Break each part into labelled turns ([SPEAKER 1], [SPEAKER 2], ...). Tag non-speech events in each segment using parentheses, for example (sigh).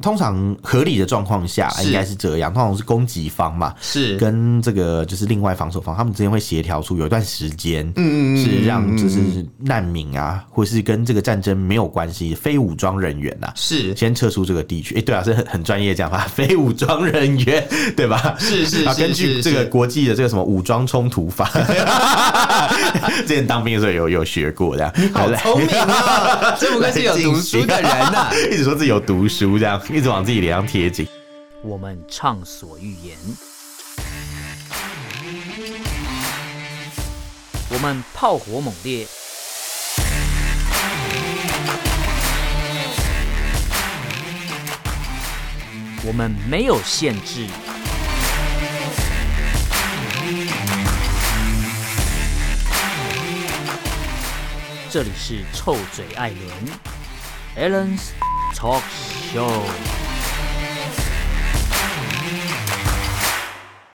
[SPEAKER 1] 通常合理的状况下
[SPEAKER 2] 是
[SPEAKER 1] 应该是这样，通常是攻击方嘛，
[SPEAKER 2] 是
[SPEAKER 1] 跟这个就是另外防守方，他们之间会协调出有一段时间，
[SPEAKER 2] 嗯嗯嗯
[SPEAKER 1] 是让就
[SPEAKER 2] 嗯嗯
[SPEAKER 1] 是难民啊，或是跟这个战争没有关系非武装人员呐、啊。
[SPEAKER 2] 是
[SPEAKER 1] 先撤出这个地区，哎、对啊，是很很专业的讲法，非武装人员， (laughs) 对吧？(laughs)
[SPEAKER 2] 是是
[SPEAKER 1] 啊，
[SPEAKER 2] 是
[SPEAKER 1] 根据
[SPEAKER 2] 是
[SPEAKER 1] 这个
[SPEAKER 2] 是
[SPEAKER 1] 国际的这个什么武装冲突法， (laughs) 之前当兵的时候有有学过的，
[SPEAKER 2] (laughs) 好聪明 (laughs) 啊！这不愧是有读书的人啊呐、
[SPEAKER 1] (laughs) 一直说自己有读书，这样一直往自己脸上贴金。
[SPEAKER 3] 我们畅所欲言；我们炮火猛烈；我们没有限制。这里是臭嘴艾伦 （Allen's Talk Show）。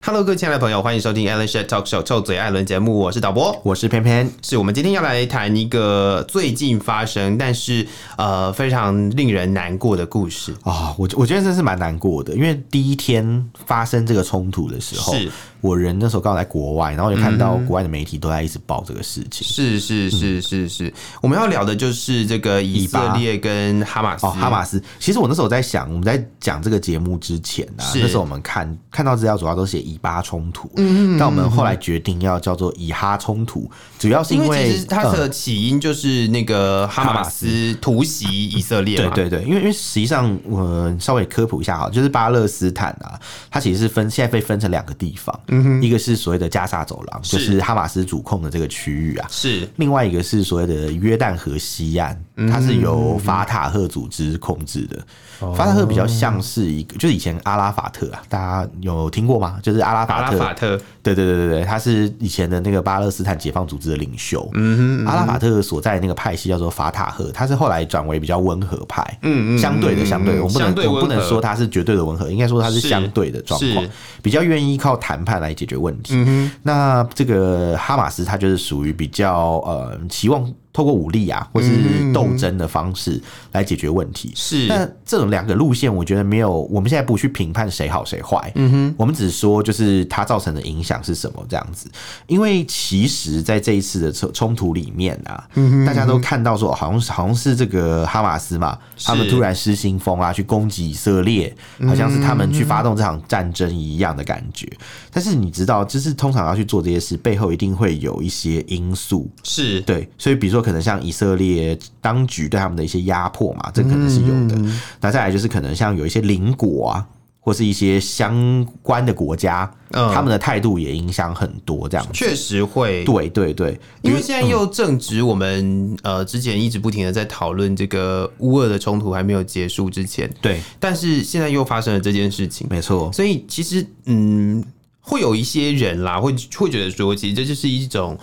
[SPEAKER 2] Hello，各位亲爱的朋友，欢迎收听 Alan s h a t Talk Show 臭嘴艾伦节目，我是导播。
[SPEAKER 1] 我是偏偏，
[SPEAKER 2] 是我们今天要来谈一个最近发生，但是呃非常令人难过的故事。
[SPEAKER 1] 啊、我我觉得真是蛮难过的，因为第一天发生这个冲突的时候
[SPEAKER 2] 是，
[SPEAKER 1] 我人那时候刚好在国外，然后就看到国外的媒体都在一直报这个事情。
[SPEAKER 2] 是是是是是，嗯我们要聊的就是这个以色列跟哈马斯。
[SPEAKER 1] 哦，哈马斯。其实我那时候在想，我们在讲这个节目之前啊，
[SPEAKER 2] 是
[SPEAKER 1] 那时候我们看看到资料主要都写以巴冲突，嗯但我们后来决定要叫做以哈冲突，主要是
[SPEAKER 2] 因为
[SPEAKER 1] 为
[SPEAKER 2] 其实它的起因就是那个哈马斯突袭以色列
[SPEAKER 1] 对
[SPEAKER 2] 嘛，
[SPEAKER 1] 对对，因为因为实际上，我、稍微科普一下哈，就是巴勒斯坦啊，它其实是分现在被分成两个地方，
[SPEAKER 2] 嗯
[SPEAKER 1] 一个是所谓的加沙走廊，
[SPEAKER 2] 是
[SPEAKER 1] 就是哈马斯主控的这个区域啊，
[SPEAKER 2] 是
[SPEAKER 1] 另外一个是所谓的约旦河西岸，
[SPEAKER 2] 嗯
[SPEAKER 1] 它是由法塔赫组织控制的。
[SPEAKER 2] 哦
[SPEAKER 1] 法塔赫比较像是一个，就是以前阿拉法特啊，大家有听过吗？就是阿拉
[SPEAKER 2] 阿
[SPEAKER 1] 法
[SPEAKER 2] 拉
[SPEAKER 1] 特，
[SPEAKER 2] 法特
[SPEAKER 1] 对对对对对，他是以前的那个巴勒斯坦解放组织的领袖。嗯哼，阿拉法特所在的那个派系叫做法塔赫，他是后来转为比较温和派。嗯嗯，相对的，相对的，我们不
[SPEAKER 2] 相对
[SPEAKER 1] 能我们不
[SPEAKER 2] 温
[SPEAKER 1] 能
[SPEAKER 2] 和
[SPEAKER 1] 说他是绝对的温和，应该说他是
[SPEAKER 2] 是
[SPEAKER 1] 相对的状况
[SPEAKER 2] 是，
[SPEAKER 1] 比较愿意靠谈判来解决问题。那这个哈马斯他就是属于比较呃期望。透过武力啊，或是斗争的方式来解决问题，
[SPEAKER 2] 是
[SPEAKER 1] 那这种两个路线，我觉得没有，我们现在不去评判谁好谁坏，嗯哼，我们只说就是它造成的影响是什么这样子。因为其实，在这一次的冲冲突里面啊，大家都看到说，好像是好像是这个哈马斯嘛，他们突然失心疯啊，去攻击以色列，好像是他们去发动这场战争一样的感觉。但是你知道，就是通常要去做这些事，背后一定会有一些因素，
[SPEAKER 2] 是
[SPEAKER 1] 对，所以比如说可能像以色列当局对他们的一些压迫嘛，这可能是有的。那再来就是可能像有一些邻国啊，或是一些相关的国家，
[SPEAKER 2] 嗯
[SPEAKER 1] 他们的态度也影响很多这样子。
[SPEAKER 2] 确实会
[SPEAKER 1] 对对对，
[SPEAKER 2] 因为现
[SPEAKER 1] 嗯
[SPEAKER 2] 在又正值我们、呃之前一直不停的在讨论这个乌俄的冲突还没有结束之前，
[SPEAKER 1] 对，
[SPEAKER 2] 但是现在又发生了这件事情，
[SPEAKER 1] 没错，
[SPEAKER 2] 所以其实嗯，会有一些人啦，会会觉得说，其实这就是一种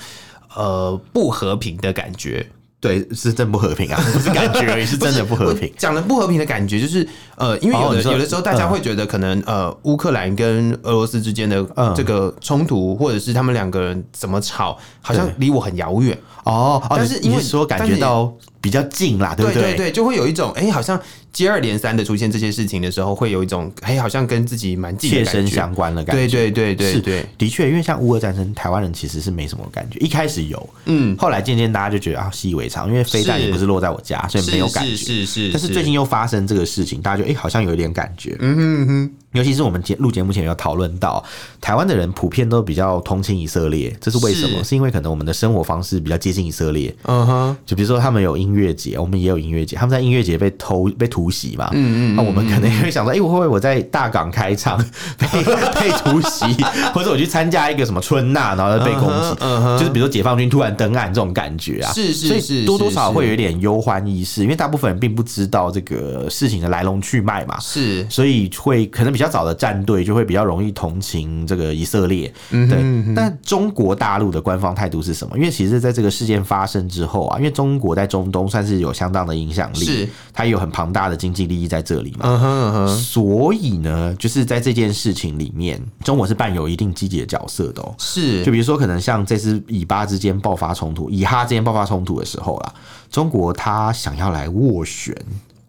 [SPEAKER 2] 呃不和平的感觉，
[SPEAKER 1] 对，是真不和平啊，不是感觉而已，是真的不和平
[SPEAKER 2] 我。讲的不和平的感觉，就是呃，因为
[SPEAKER 1] 哦
[SPEAKER 2] 有
[SPEAKER 1] 你
[SPEAKER 2] 的、
[SPEAKER 1] 说
[SPEAKER 2] 有的时候大家会觉得可能、呃，乌克兰跟俄罗斯之间的
[SPEAKER 1] 嗯
[SPEAKER 2] 这个冲突，或者是他们两个人怎么吵，好像
[SPEAKER 1] 对
[SPEAKER 2] 离我很遥远。
[SPEAKER 1] 哦，
[SPEAKER 2] 但
[SPEAKER 1] 但
[SPEAKER 2] 是
[SPEAKER 1] 是
[SPEAKER 2] 因为
[SPEAKER 1] 你是说感觉到比较近啦，对不
[SPEAKER 2] 对对
[SPEAKER 1] 对
[SPEAKER 2] 对，就会有一种哎、好像接二连三的出现这些事情的时候，会有一种哎、好像跟自己蛮近
[SPEAKER 1] 切
[SPEAKER 2] 的感
[SPEAKER 1] 身
[SPEAKER 2] 觉。
[SPEAKER 1] 相关的感觉。
[SPEAKER 2] 对对对对
[SPEAKER 1] 是
[SPEAKER 2] 对，
[SPEAKER 1] 的确，因为像乌俄战争，台湾人其实是没什么感觉，一开始有，
[SPEAKER 2] 嗯，
[SPEAKER 1] 后来渐渐大家就觉得啊习以为常，因为飞弹
[SPEAKER 2] 是
[SPEAKER 1] 也不是落在我家，所以没有感觉。
[SPEAKER 2] 是是嗯是，
[SPEAKER 1] 但是最近又发生这个事情，大家就哎、诶好像有一点感觉。嗯哼哼，尤其是我们节录节目前有讨论到，台湾的人普遍都比较同情以色列，这是为什么？
[SPEAKER 2] 是
[SPEAKER 1] 是因为可能我们的生活方式比较接近以色列。
[SPEAKER 2] 嗯哼，
[SPEAKER 1] 就比如说他们有音乐节，我们也有音乐节，他们在音乐节被偷被突袭嘛，嗯嗯，那、我们可能也会想说，哎、我会不会我在大港开唱 (laughs) 被被突袭， (laughs) 或者我去参加一个什么春娜，然后被攻击
[SPEAKER 2] 嗯哼嗯哼
[SPEAKER 1] 就是比如说解放军突然登岸这种感觉啊，
[SPEAKER 2] 是是
[SPEAKER 1] 所以
[SPEAKER 2] 是
[SPEAKER 1] 多多
[SPEAKER 2] 是
[SPEAKER 1] 少少
[SPEAKER 2] 是
[SPEAKER 1] 会有一点忧患意识，因为大部分人并不知道这个事情的来龙去脉嘛，
[SPEAKER 2] 是
[SPEAKER 1] 所以会可能比较早的战队就会比较容易同情这个以色列，
[SPEAKER 2] 嗯
[SPEAKER 1] 对。但中国大陆的官方态度是什么？因为其实在这个事件发生之后啊，因为中国在中东算是有相当的影响力，
[SPEAKER 2] 是
[SPEAKER 1] 它也有很庞大的经济利益在这里嘛。
[SPEAKER 2] 嗯哼嗯哼，
[SPEAKER 1] 所以呢，就是在这件事情里面，中国是扮有一定积极的角色的哦、
[SPEAKER 2] 是
[SPEAKER 1] 就比如说，可能像这次以巴之间爆发冲突，以哈之间爆发冲突的时候啦，中国他想要来斡旋，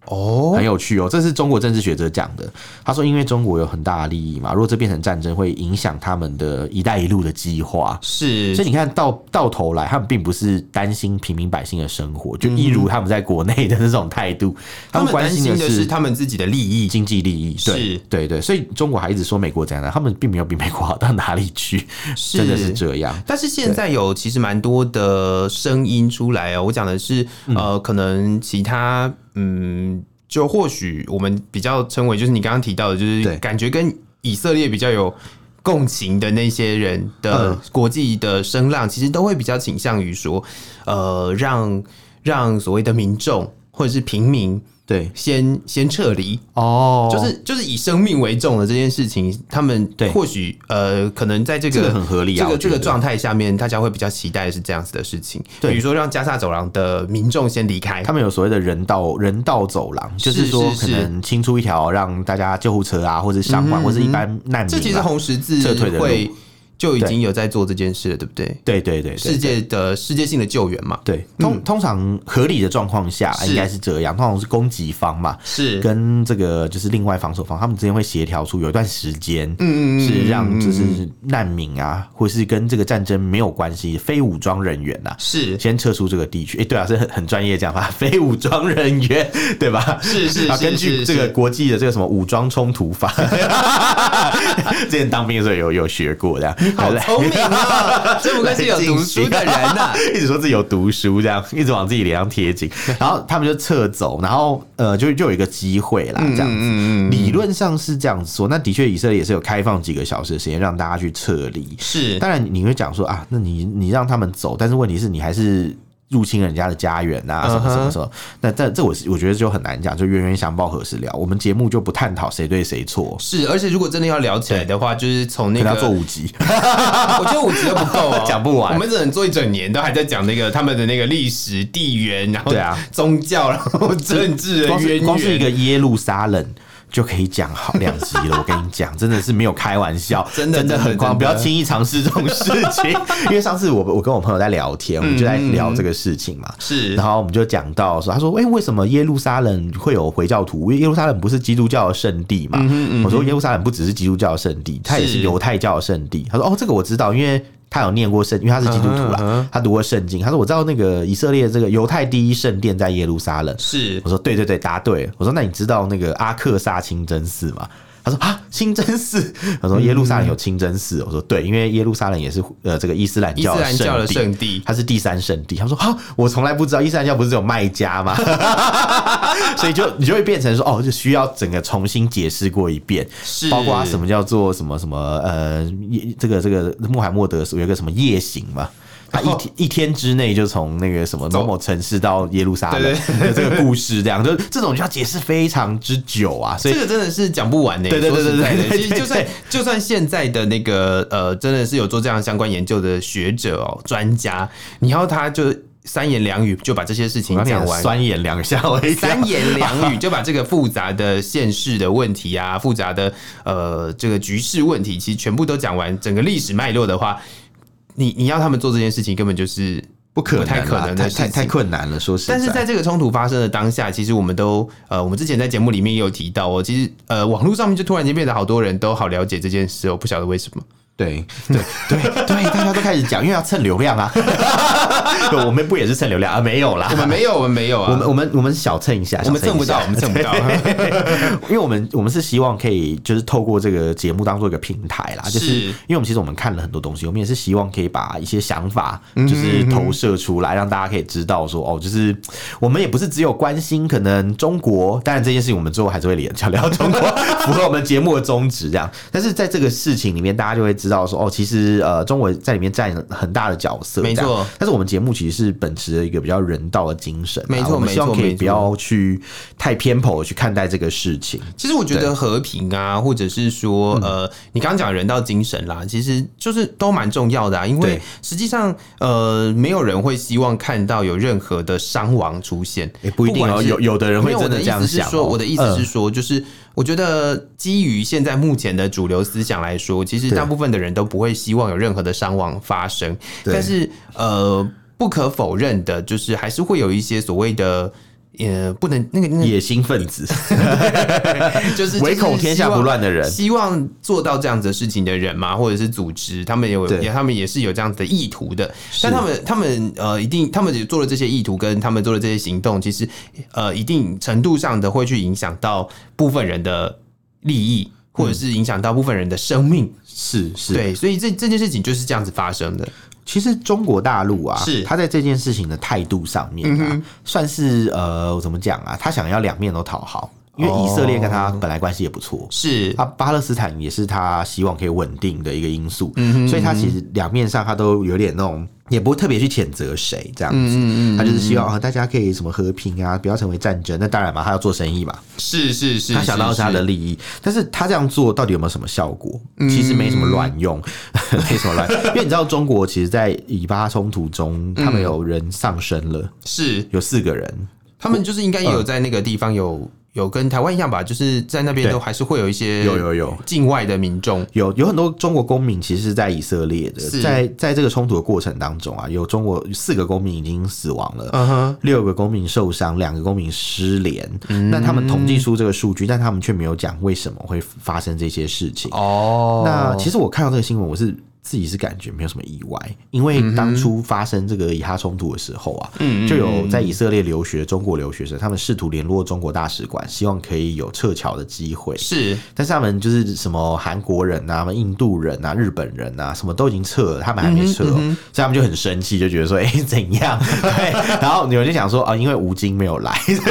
[SPEAKER 2] 哦
[SPEAKER 1] 很，有趣哦，这是中国政治学者讲的。他说，因为中国有很大的利益嘛，如果这变成战争，会影响他们的一带一路的计划。
[SPEAKER 2] 是
[SPEAKER 1] 所以你看到到头来，他们并不是担心平民百姓的生活，就一如他们在国内的那种态度，
[SPEAKER 2] 嗯他们
[SPEAKER 1] 关
[SPEAKER 2] 担
[SPEAKER 1] 心
[SPEAKER 2] 心的是
[SPEAKER 1] 是
[SPEAKER 2] 他们自己的利益。
[SPEAKER 1] 经济利益。
[SPEAKER 2] 是
[SPEAKER 1] 对对对，所以中国还一直说美国怎样的，他们并没有比美国好到哪里去，
[SPEAKER 2] 是
[SPEAKER 1] 真的是这样。
[SPEAKER 2] 但是现在有其实蛮多的声音出来哦，我讲的是
[SPEAKER 1] 嗯
[SPEAKER 2] 呃，可能其他嗯，就或许我们比较称为就是你刚刚提到的，就是
[SPEAKER 1] 对
[SPEAKER 2] 感觉跟以色列比较有。共情的那些人的
[SPEAKER 1] 嗯
[SPEAKER 2] 国际的声浪，其实都会比较倾向于说，呃，让让所谓的民众或者是平民
[SPEAKER 1] 对，
[SPEAKER 2] 先先撤离，
[SPEAKER 1] 哦
[SPEAKER 2] 就是就是以生命为重的这件事情，他们
[SPEAKER 1] 对
[SPEAKER 2] 或许呃，可能在这个
[SPEAKER 1] 这个很合理啊
[SPEAKER 2] 这个
[SPEAKER 1] 我觉
[SPEAKER 2] 这
[SPEAKER 1] 得
[SPEAKER 2] 个状态下面，大家会比较期待的是这样子的事情，
[SPEAKER 1] 对
[SPEAKER 2] 比如说让加沙走廊的民众先离开，
[SPEAKER 1] 他们有所谓的人道人道走廊，就是说
[SPEAKER 2] 是
[SPEAKER 1] 可
[SPEAKER 2] 是嗯
[SPEAKER 1] 能清出一条让大家救护车啊，或者商馆、或者一般难民啊。
[SPEAKER 2] 这其实红十字
[SPEAKER 1] 撤退的路
[SPEAKER 2] 会就已经有在做这件事了，对不对？
[SPEAKER 1] 对对对对
[SPEAKER 2] 世界的世界性的救援嘛，
[SPEAKER 1] 对，通通常合理的状况下
[SPEAKER 2] 嗯是
[SPEAKER 1] 应该是这样，通常是攻击方嘛。
[SPEAKER 2] 是
[SPEAKER 1] 跟这个就是另外防守方，他们之间会协调出有一段时间，嗯，是让就是
[SPEAKER 2] 嗯
[SPEAKER 1] 难民啊，或是跟这个战争没有关系非武装人员啊，
[SPEAKER 2] 是
[SPEAKER 1] 先撤出这个地区。哎、对啊，是很很专业讲法， (laughs) 非武装人员， (laughs) 对吧？
[SPEAKER 2] 是是
[SPEAKER 1] 啊，
[SPEAKER 2] 是
[SPEAKER 1] 根据
[SPEAKER 2] 是
[SPEAKER 1] 这个
[SPEAKER 2] 是
[SPEAKER 1] 国际的这个什么武装冲突法， (laughs) 之前当兵的时候有有学过的。
[SPEAKER 2] 好聪明啊， (laughs) 这不
[SPEAKER 1] 不
[SPEAKER 2] 愧是有读书的人啊
[SPEAKER 1] (laughs)
[SPEAKER 2] 呐、
[SPEAKER 1] 呐、一直说自己有读书，这样一直往自己脸上贴
[SPEAKER 2] (laughs)
[SPEAKER 1] 金，然后他们就撤走，然后呃，就就有一个机会啦，
[SPEAKER 2] 嗯
[SPEAKER 1] 这样子。理论上是这样子说，那的确以色列也是有开放几个小时的时间让大家去撤离。
[SPEAKER 2] 是
[SPEAKER 1] 当然你会讲说啊，那你你让他们走，但是问题是你还是。入侵人家的家园啊，什么什
[SPEAKER 2] 嗯
[SPEAKER 1] 么
[SPEAKER 2] 哼
[SPEAKER 1] 什么那这这我是我觉得就很难讲，就冤冤相报何时了。我们节目就不探讨谁对谁错，
[SPEAKER 2] 是，而且如果真的要聊起来的话，就是从那
[SPEAKER 1] 可能
[SPEAKER 2] 个
[SPEAKER 1] 要做五集。
[SPEAKER 2] (laughs) 我觉得五集都不够、哦，
[SPEAKER 1] (laughs) 讲不完
[SPEAKER 2] 我们只能做一整年，都还在讲那个他们的那个历史、地缘，然后
[SPEAKER 1] 对啊
[SPEAKER 2] 宗教，然后政治
[SPEAKER 1] (laughs)
[SPEAKER 2] 的
[SPEAKER 1] 光
[SPEAKER 2] 渊
[SPEAKER 1] 是
[SPEAKER 2] 源。
[SPEAKER 1] 光是一个耶路撒冷。就可以讲好两集了，我跟你讲，真的是没有开玩笑，
[SPEAKER 2] (laughs) 真的
[SPEAKER 1] 真的
[SPEAKER 2] 真的
[SPEAKER 1] 很狂，
[SPEAKER 2] 真
[SPEAKER 1] 不
[SPEAKER 2] 的
[SPEAKER 1] 要轻易尝试这种事情。 (laughs) 因为上次我我跟我朋友在聊天，我们就在聊这个事情嘛，
[SPEAKER 2] 是
[SPEAKER 1] 然后我们就讲到说，他说，哎、为什么耶路撒冷会有回教徒？因为耶路撒冷不是基督教的圣地
[SPEAKER 2] 嗯
[SPEAKER 1] 嘛？我说耶路撒冷不只是基督教的圣地，它也是
[SPEAKER 2] 是
[SPEAKER 1] 犹太教的圣地。他说，哦，这个我知道，因为。他有念过圣，因为他是基督徒啦
[SPEAKER 2] 嗯哼嗯哼
[SPEAKER 1] 他读过圣经。他说：“我知道那个以色列这个犹太第一圣殿在耶路撒冷，
[SPEAKER 2] 是
[SPEAKER 1] 我说对对对，答对了。我说那你知道那个阿克萨清真寺吗？他说啊，清真寺。 (laughs) 他说耶路撒冷有清真寺。我说对，因为耶路撒冷也是呃这个伊斯兰
[SPEAKER 2] 伊斯
[SPEAKER 1] 教的
[SPEAKER 2] 兰教的
[SPEAKER 1] 圣地。
[SPEAKER 2] 圣地，
[SPEAKER 1] 它是第三圣地，他说啊，我从来不知道伊斯兰教不是只有卖家吗？ (laughs) 所以就你就会变成说哦，就需要整个重新解释过一遍，
[SPEAKER 2] 是
[SPEAKER 1] 包括什么叫做什么什么呃，夜这个这个穆罕默德有一个什么夜行嘛。他一
[SPEAKER 2] 哦 (laughs)
[SPEAKER 1] 天一天之内就从那个什么某某城市到耶路撒冷
[SPEAKER 2] 对
[SPEAKER 1] 的 (laughs) 这个故事，这样就这种就要解释非常之久啊，所以
[SPEAKER 2] 这个真的是讲不完呢、
[SPEAKER 1] 对对对
[SPEAKER 2] 说实在的
[SPEAKER 1] 对对对
[SPEAKER 2] 其实就
[SPEAKER 1] 对
[SPEAKER 2] 算
[SPEAKER 1] 对
[SPEAKER 2] 就算现在的那个呃，真的是有做这样相关研究的学者哦、专家，你要他就三言两语就把这些事情
[SPEAKER 1] 我刚
[SPEAKER 2] 讲
[SPEAKER 1] 讲
[SPEAKER 2] 完，
[SPEAKER 1] 酸眼两下，我一跳
[SPEAKER 2] 三言 (laughs) 两语就把这个复杂的现世的问题啊，复杂的呃这个局势问题，其实全部都讲完，整个历史脉络的话，你你要他们做这件事情，根本就是
[SPEAKER 1] 不可能啦，
[SPEAKER 2] 太可能的
[SPEAKER 1] 太
[SPEAKER 2] 事情
[SPEAKER 1] 太太困难了，说实
[SPEAKER 2] 但是在
[SPEAKER 1] 在
[SPEAKER 2] 这个冲突发生的当下，其实我们都呃，我们之前在节目里面也有提到哦，其实呃，网络上面就突然间变得好多人都好了解这件事哦，不晓得为 (laughs) 什么。
[SPEAKER 1] 对对对 (laughs) 对，大家都开始讲，因为要蹭流量 (laughs) 啊，对我们不也是蹭流量啊？没有啦，
[SPEAKER 2] 我们没有，我们没有啊，
[SPEAKER 1] 我们我们我们小蹭一下，
[SPEAKER 2] 我们
[SPEAKER 1] 小蹭
[SPEAKER 2] 蹭
[SPEAKER 1] 一
[SPEAKER 2] 不
[SPEAKER 1] 下
[SPEAKER 2] 到，我们蹭不 (laughs) 到。
[SPEAKER 1] (laughs) 因为我们我们是希望可以就是透过这个节目当做一个平台啦，就是
[SPEAKER 2] 是
[SPEAKER 1] 因为我们其实我们看了很多东西，我们也是希望可以把一些想法
[SPEAKER 2] 嗯
[SPEAKER 1] 就是投射出来，让大家可以知道说哦，就是我们也不是只有关心可能中国，当然这件事情我们最后还是会聊聊中国，符合我们节目的宗旨这样。但是在这个事情里面，大家就会知道说哦，其实呃中国在里面占很大的角色，
[SPEAKER 2] 没错
[SPEAKER 1] 这样。但是我们节目其实是本持着一个比较人道的精神啊，
[SPEAKER 2] 没错
[SPEAKER 1] 我们希望
[SPEAKER 2] 没
[SPEAKER 1] 可
[SPEAKER 2] 错
[SPEAKER 1] 以
[SPEAKER 2] 没错
[SPEAKER 1] 不要去太偏颇的去看待这个事情。
[SPEAKER 2] 其实我觉
[SPEAKER 1] 对嗯
[SPEAKER 2] 得和平啊，或者是说呃，你刚刚讲人道精神啦，其实就是都蛮重要的啊，因为
[SPEAKER 1] 对
[SPEAKER 2] 实际上呃，没有人会希望看到有任何的伤亡出现，
[SPEAKER 1] 也不一定哦，
[SPEAKER 2] 管是
[SPEAKER 1] 有有的人
[SPEAKER 2] 没
[SPEAKER 1] 会
[SPEAKER 2] 有我
[SPEAKER 1] 真
[SPEAKER 2] 的
[SPEAKER 1] 这样
[SPEAKER 2] 意思是
[SPEAKER 1] 想、
[SPEAKER 2] 说，我的意思是
[SPEAKER 1] 嗯
[SPEAKER 2] 说，就是我觉得基于现在目前的主流思想来说，其实
[SPEAKER 1] 对
[SPEAKER 2] 大部分的人都不会希望有任何的伤亡发生。
[SPEAKER 1] 对
[SPEAKER 2] 但是呃，不可否认的，就是还是会有一些所谓的也不能那个那个
[SPEAKER 1] 野心分 (laughs) 子，
[SPEAKER 2] 就是
[SPEAKER 1] 唯恐天下不乱的人
[SPEAKER 2] 就是希望希望做到这样子的事情的人嘛，或者是组织，他们也有，
[SPEAKER 1] 对
[SPEAKER 2] 也他们也是有这样子的意图的。但他们他们呃，一定他们也做了这些意图，跟他们做了这些行动，其实呃，一定程度上的会去影响到部分人的利益，或者是影响到部分人的生命。
[SPEAKER 1] 是嗯是，
[SPEAKER 2] 对，所以这这件事情就是这样子发生的。
[SPEAKER 1] 其实中国大陆啊，
[SPEAKER 2] 是
[SPEAKER 1] 他在这件事情的态度上面啊，算是呃，我怎么讲啊？他想要两面都讨好，因为
[SPEAKER 2] 哦
[SPEAKER 1] 以色列跟他本来关系也不错。
[SPEAKER 2] 是
[SPEAKER 1] 啊，巴勒斯坦也是他希望可以稳定的一个因素，所以他其实两面上他都有点那种，也不会特别去谴责谁这样子，他就是希望啊、大家可以什么和平啊，不要成为战争。那当然嘛，他要做生意嘛，
[SPEAKER 2] 是是是，
[SPEAKER 1] 他想到的是他嗯的利益，但是他这样做到底有没有什么效果？其实没什么卵用， (laughs) 没什么卵，因为你知道中国其实，在以巴冲突中，他们有人丧生了，
[SPEAKER 2] 是
[SPEAKER 1] 有四个人，
[SPEAKER 2] 他们就是应该
[SPEAKER 1] 嗯
[SPEAKER 2] 也有在那个地方有、有跟台湾一样吧，就是在那边
[SPEAKER 1] 对
[SPEAKER 2] 都还是会有一些
[SPEAKER 1] 有有有
[SPEAKER 2] 境外的民众
[SPEAKER 1] 有有很多中国公民其实是在以色列的
[SPEAKER 2] 是，
[SPEAKER 1] 在在这个冲突的过程当中啊，有中国四个公民已经死亡了，
[SPEAKER 2] 嗯
[SPEAKER 1] 六个公民受伤，两个公民失联。
[SPEAKER 2] 嗯
[SPEAKER 1] 那他们统计出这个数据，但他们却没有讲为什么会发生这些事情。
[SPEAKER 2] 哦
[SPEAKER 1] 那其
[SPEAKER 2] 实
[SPEAKER 1] 实我看到这个新闻，我是自己是感觉没有什么意外，因为
[SPEAKER 2] 嗯
[SPEAKER 1] 当初发生这个以哈冲突的时候啊，就
[SPEAKER 2] 嗯
[SPEAKER 1] 有在以色列留学中国留学生，他们试图联络中国大使馆，希望可以有撤侨的机会。
[SPEAKER 2] 是
[SPEAKER 1] 但是他们就是什么韩国人啊、什么印度人啊、日本人啊，什么都已经撤了，他们还
[SPEAKER 2] 嗯
[SPEAKER 1] 没撤、哦所以他们就很生气，就觉得说，哎、 (laughs) 怎样？
[SPEAKER 2] (laughs)
[SPEAKER 1] 对，然后有人就想说，啊、因为吴京没有来，就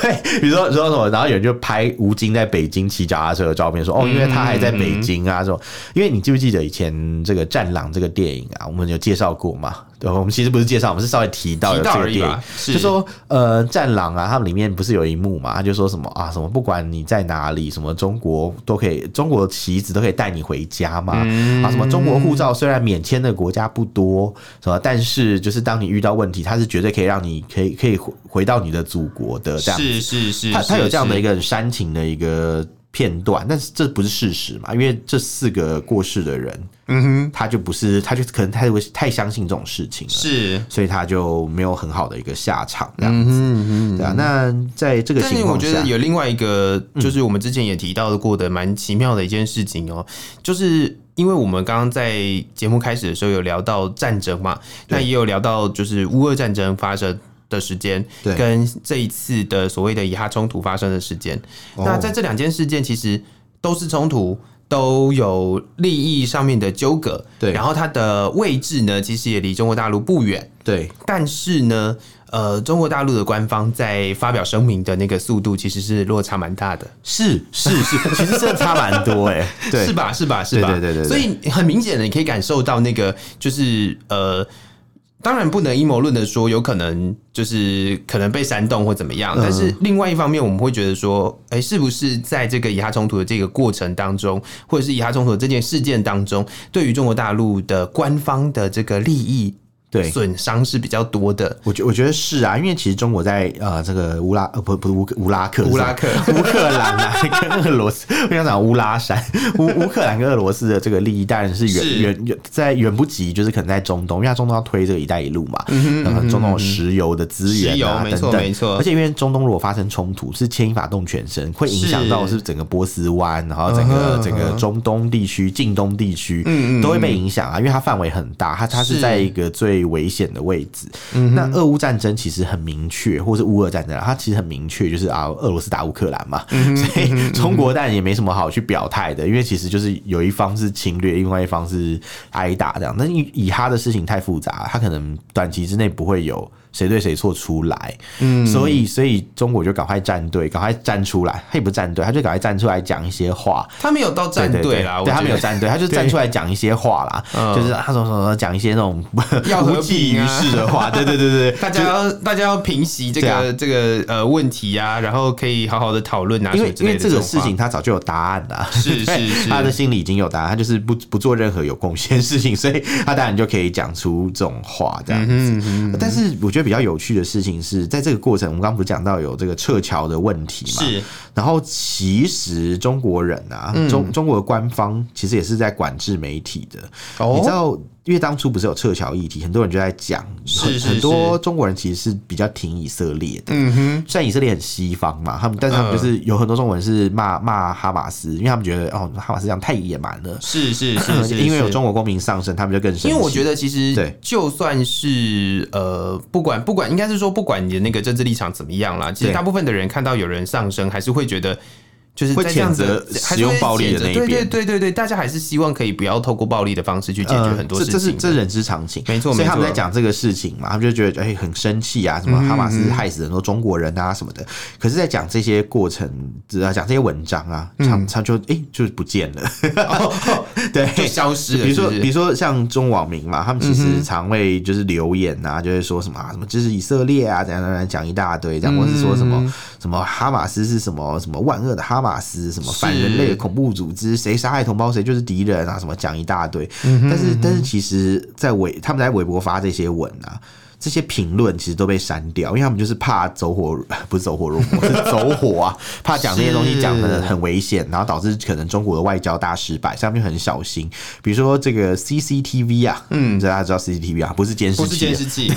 [SPEAKER 1] 对，比如说说什么，然后有人就拍吴京在北京骑脚踏车的照片，说，哦，因为他还在北京啊，说，因为你记不记得以前这个《战狼》这个电影啊，我们有介绍过嘛？对，我们其实不是介绍，我们是稍微提到哦有
[SPEAKER 2] 提
[SPEAKER 1] 这
[SPEAKER 2] 到
[SPEAKER 1] 个
[SPEAKER 2] 而
[SPEAKER 1] 电
[SPEAKER 2] 已
[SPEAKER 1] 影
[SPEAKER 2] 吧，，是
[SPEAKER 1] 就说呃，《战狼》啊，他们里面不是有一幕嘛，他就说什么啊，什么不管你在哪里，什么中国都可以，中国棋子都可以带你回家嘛，啊，什么中国护照虽然免签的国家不多，什么，但是就是当你遇到问题，它是绝对可以让你可以可以回回到你的祖国的这样子。
[SPEAKER 2] 是是是，
[SPEAKER 1] 他他有这样的一
[SPEAKER 2] 个
[SPEAKER 1] 个很煽情的一个片段，但是这不是事实嘛？因为这四个过世的人，嗯哼，他就不是，他就可能太会太相信这种事情了。
[SPEAKER 2] 是。
[SPEAKER 1] 所以他就没有很好的一个下场，这样子，对啊。那在这个
[SPEAKER 2] 但
[SPEAKER 1] 情
[SPEAKER 2] 是我
[SPEAKER 1] 况
[SPEAKER 2] 觉得
[SPEAKER 1] 下，嗯
[SPEAKER 2] 有另外一个，就是我们之前也提到过的蛮奇妙的一件事情哦、就是因为我们刚刚在节目开始的时候有聊到战争嘛，那也有聊到就是乌俄战争发生的时间，
[SPEAKER 1] 对
[SPEAKER 2] 跟这一次的所谓的以哈冲突发生的时间。
[SPEAKER 1] 哦
[SPEAKER 2] 那在这两件事件其实都是冲突。都有利益上面的纠葛，
[SPEAKER 1] 对
[SPEAKER 2] 然后它的位置呢，其实也离中国大陆不远，
[SPEAKER 1] 对
[SPEAKER 2] 但是呢，呃，中国大陆的官方在发表声明的那个速度其实是落差蛮大的，
[SPEAKER 1] 是是是，其实真的差蛮多哎、对，
[SPEAKER 2] 是吧？是吧？是吧？
[SPEAKER 1] 对对对对对
[SPEAKER 2] 所以很明显的，你可以感受到那个就是呃。当然不能阴谋论的说，有可能就是可能被煽动或怎么样，
[SPEAKER 1] 嗯
[SPEAKER 2] 但是另外一方面，我们会觉得说，哎、是不是在这个以哈冲突的这个过程当中，或者是以哈冲突的这件事件当中，对于中国大陆的官方的这个利益
[SPEAKER 1] 对
[SPEAKER 2] 损伤是比较多的？
[SPEAKER 1] 我觉我觉得是啊，因为其实中国在呃这个乌拉呃不不是乌克乌拉克
[SPEAKER 2] 乌拉克
[SPEAKER 1] 是吧乌克兰啊跟俄罗斯，我想讲乌拉山乌乌克兰跟俄罗斯的这个利益当然是
[SPEAKER 2] 是
[SPEAKER 1] 远远远在远不及，就是可能在中东，因为它中东要推这个“一带一路”嘛，嗯嗯中东有石油的资源
[SPEAKER 2] 石油
[SPEAKER 1] 啊
[SPEAKER 2] 没
[SPEAKER 1] 等
[SPEAKER 2] 错
[SPEAKER 1] 等，
[SPEAKER 2] 没错
[SPEAKER 1] 而且因为中东如果发生冲突，是牵一发动全身，会影响到
[SPEAKER 2] 是
[SPEAKER 1] 是整个波斯湾，然后整个
[SPEAKER 2] 嗯哼嗯
[SPEAKER 1] 整个中东地区、近东地区都会被影响啊，因为它范围很大，它它
[SPEAKER 2] 是
[SPEAKER 1] 是在一个最危险的位置。那俄乌战争其实很明确，或是乌俄战争啊，它其实很明确，就是啊，俄罗斯打乌克兰嘛， (laughs) 所以中国当然也没什么好去表态的，因为其实就是有一方是侵略，另外一方是挨打这样。但以以哈的事情太复杂，他可能短期之内不会有谁对谁错出来，嗯，所以所以中国就赶快站队，赶快站出来，他也不是站队，他就赶快站出来讲一些话，
[SPEAKER 2] 他没有到
[SPEAKER 1] 对
[SPEAKER 2] 站
[SPEAKER 1] 对
[SPEAKER 2] 队
[SPEAKER 1] 对
[SPEAKER 2] 啦，我
[SPEAKER 1] 对
[SPEAKER 2] 觉
[SPEAKER 1] 他
[SPEAKER 2] 得嗯
[SPEAKER 1] 没有站队，他就站出来讲一些话
[SPEAKER 2] (laughs)
[SPEAKER 1] 啦，就是他什么什么讲一些那种
[SPEAKER 2] 要和
[SPEAKER 1] 无济
[SPEAKER 2] 平
[SPEAKER 1] 于
[SPEAKER 2] 啊
[SPEAKER 1] 事的
[SPEAKER 2] (laughs)
[SPEAKER 1] 话，对对对对，对
[SPEAKER 2] 大家要大家要平息这个、
[SPEAKER 1] 对啊
[SPEAKER 2] 这个呃问题啊，然后可以好好的讨论啊，
[SPEAKER 1] 因
[SPEAKER 2] 什
[SPEAKER 1] 为
[SPEAKER 2] 么之
[SPEAKER 1] 因
[SPEAKER 2] 类
[SPEAKER 1] 为
[SPEAKER 2] 的
[SPEAKER 1] 这个
[SPEAKER 2] 种
[SPEAKER 1] 事
[SPEAKER 2] 话
[SPEAKER 1] 情他早就有答案了，(laughs)
[SPEAKER 2] 是
[SPEAKER 1] 对
[SPEAKER 2] 是是
[SPEAKER 1] 他的心里已经有答案，他就是不不做任何有贡献的事情，所以他当然就可以讲出这种话这
[SPEAKER 2] 嗯
[SPEAKER 1] 样子。但是我觉得比较有趣的事情是在这个过程，我们刚刚不是讲到有这个撤侨的问题嘛？
[SPEAKER 2] 是嗯
[SPEAKER 1] 然后其实中国人啊，中中国的官方其实也是在管制媒体的。
[SPEAKER 2] 哦
[SPEAKER 1] 你知道，因为当初不是有撤侨议题，很多人就在讲，
[SPEAKER 2] 是
[SPEAKER 1] 很
[SPEAKER 2] 是
[SPEAKER 1] 很多中国人其实是比较挺以色列的。
[SPEAKER 2] 嗯哼，嗯
[SPEAKER 1] 虽然以色列很西方嘛，他们但是他们就是有很多中国人是骂骂哈马斯，因为他们觉得哦哈马斯这样太野蛮了，
[SPEAKER 2] 是是
[SPEAKER 1] (laughs)
[SPEAKER 2] 是是，
[SPEAKER 1] 因为有
[SPEAKER 2] 是
[SPEAKER 1] 中国公民上升，他们就更生气。
[SPEAKER 2] 因为我觉得其实
[SPEAKER 1] 对
[SPEAKER 2] 就算是呃，不管不管，应该是说不管你的那个政治立场怎么样啦，其实
[SPEAKER 1] 对
[SPEAKER 2] 大部分的人看到有人上升，还是会觉得。就是
[SPEAKER 1] 会
[SPEAKER 2] 在这样子的
[SPEAKER 1] 谴责，
[SPEAKER 2] 还是会
[SPEAKER 1] 使用暴力的那一
[SPEAKER 2] 谴责对对
[SPEAKER 1] 边
[SPEAKER 2] 对对对，大家还是希望可以不要透过暴力的方式去解决
[SPEAKER 1] 呃
[SPEAKER 2] 很多
[SPEAKER 1] 这
[SPEAKER 2] 事
[SPEAKER 1] 这是
[SPEAKER 2] 情。
[SPEAKER 1] 这是人之常情，
[SPEAKER 2] 没错
[SPEAKER 1] 所以他
[SPEAKER 2] 没
[SPEAKER 1] 们
[SPEAKER 2] 错
[SPEAKER 1] 在讲这个事情嘛，他们就觉得哎、很生气啊，什
[SPEAKER 2] 嗯
[SPEAKER 1] 么哈马斯害死很多中国人啊什么的。可是，在讲这些过程，只要讲这些文章啊，
[SPEAKER 2] 嗯
[SPEAKER 1] 他他就哎、就不见
[SPEAKER 2] (laughs)
[SPEAKER 1] 了，对，
[SPEAKER 2] 就消失了
[SPEAKER 1] 比如说，
[SPEAKER 2] 是不是嗯
[SPEAKER 1] 比如说像中网民嘛，他们其实常会就是留言啊，就会说什么啊，什么支持以色列啊，怎样怎样怎样讲一大堆，这
[SPEAKER 2] 嗯
[SPEAKER 1] 样，或是说什么什么哈马斯是什么什么万恶的哈马斯，什么反人类的恐怖组织，谁杀害同胞谁就是敌人啊，什么讲一大堆。
[SPEAKER 2] 嗯
[SPEAKER 1] 但是但是其实，在微他们在微博发这些文啊。这些评论其实都被删掉，因为他们就是怕走火， (laughs) 不是走火入魔，是走火啊！怕讲这些东西讲的很危险，然后导致可能中国的外交大失败，所以他们就很小心。比如说这个 CCTV 啊，嗯，大家知道 CCTV 啊，不是监视器啊，
[SPEAKER 2] 不
[SPEAKER 1] (laughs)
[SPEAKER 2] 是监视器，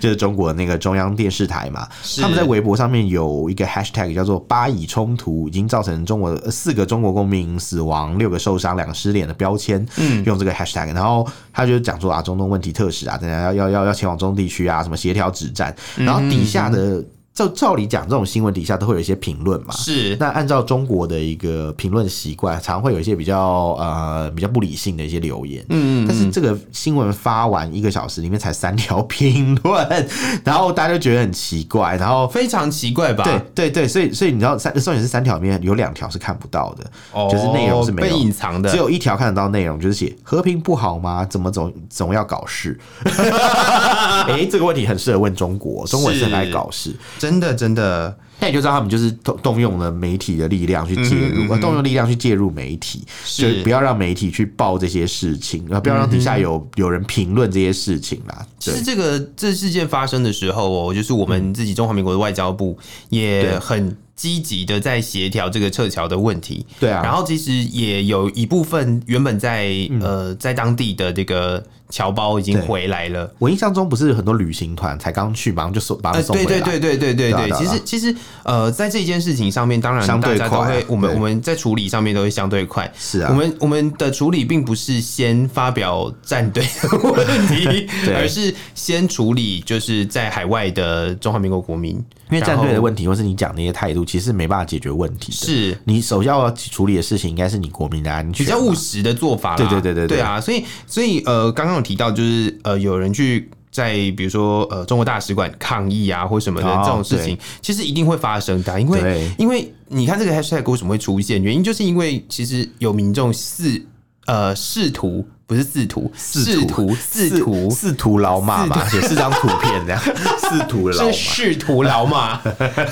[SPEAKER 1] 就是中国那个中央电视台嘛，
[SPEAKER 2] 是
[SPEAKER 1] 他们在微博上面有一个 hashtag 叫做“巴以冲突已经造成中国呃四个中国公民死亡、六个受伤、两个失联”的标签，嗯，用这个 hashtag，然后他就讲说啊，中东问题特使啊，等下要要要要前往中东地区啊，什么协调止战，
[SPEAKER 2] 嗯
[SPEAKER 1] 然后底下的。照照理讲，这种新闻底下都会有一些评论嘛。
[SPEAKER 2] 是
[SPEAKER 1] 那按照中国的一个评论习惯，常会有一些比较呃比较不理性的一些留言。嗯但是这个新闻发完一个小时，里面才三条 (laughs) 评论，然后大家就觉得很奇怪，然后。
[SPEAKER 2] 非常奇怪吧？
[SPEAKER 1] 对对对，所以所以你知道三重点是三条里面有两条是看不到的，
[SPEAKER 2] 哦，
[SPEAKER 1] 就是内容是没
[SPEAKER 2] 被
[SPEAKER 1] 有
[SPEAKER 2] 隐藏的，
[SPEAKER 1] 只有一条看得到内容，就是写和平不好吗？怎么总总要搞事？ (laughs) 哎、这个问题很适合问中国，中国人是很爱
[SPEAKER 2] 是
[SPEAKER 1] 搞事。
[SPEAKER 2] 真的真的
[SPEAKER 1] 那你就知道他们就是动动用了媒体的力量去介
[SPEAKER 2] 嗯
[SPEAKER 1] 入，呃动用力量去介入媒体，就是不要让媒体去报这些事情，然后不要让底
[SPEAKER 2] 嗯
[SPEAKER 1] 下有、有人评论这些事情啦。
[SPEAKER 2] 其
[SPEAKER 1] 对
[SPEAKER 2] 实，这个这事件发生的时候哦，就是我们自己中华民国的外交部也
[SPEAKER 1] 对
[SPEAKER 2] 很积极的在协调这个撤侨的问题。
[SPEAKER 1] 对啊
[SPEAKER 2] 然后其实也有一部分原本在、呃在当地的这个侨胞已经
[SPEAKER 1] 对
[SPEAKER 2] 回来了。
[SPEAKER 1] 我印象中不是很多旅行团才刚去，马上就送把他
[SPEAKER 2] 呃，
[SPEAKER 1] 们送回
[SPEAKER 2] 对
[SPEAKER 1] 来。
[SPEAKER 2] 对对对对对
[SPEAKER 1] 对啊
[SPEAKER 2] 对，
[SPEAKER 1] 对啊
[SPEAKER 2] 其实其实呃，在这件事情上面，当然
[SPEAKER 1] 相
[SPEAKER 2] 大
[SPEAKER 1] 对
[SPEAKER 2] 家都
[SPEAKER 1] 快啊
[SPEAKER 2] 会，我们
[SPEAKER 1] 对
[SPEAKER 2] 我们在处理上面都会相对快。
[SPEAKER 1] 是啊
[SPEAKER 2] 我们我们的处理并不是先发表战队的问题
[SPEAKER 1] (laughs) ，对
[SPEAKER 2] 而是先处理就是在海外的中华民国国民，
[SPEAKER 1] 因为战队
[SPEAKER 2] 然
[SPEAKER 1] 的
[SPEAKER 2] 后
[SPEAKER 1] 问题，或是你讲那些态度，其实没办法解决问题的。
[SPEAKER 2] 是
[SPEAKER 1] 你首要要处理的事情，应该是你国民的安
[SPEAKER 2] 比
[SPEAKER 1] 全嘛。
[SPEAKER 2] 较务实的做法啦。
[SPEAKER 1] 对对对对
[SPEAKER 2] 对
[SPEAKER 1] 对
[SPEAKER 2] 啊！所以所以呃，刚刚有提到就是呃，有人去。在比如说呃中国大使馆抗议啊或什么的、
[SPEAKER 1] 哦
[SPEAKER 2] 这种事情，其实一定会发生的啊、因为
[SPEAKER 1] 对
[SPEAKER 2] 因为你看这个 hashtag 为什么会出现，原因就是因为其实有民众试呃试图不是试图试图试图
[SPEAKER 1] 试图老马嘛，写四张图片
[SPEAKER 2] (laughs)
[SPEAKER 1] 这样，试图老
[SPEAKER 2] 是
[SPEAKER 1] 马。
[SPEAKER 2] 试图老马，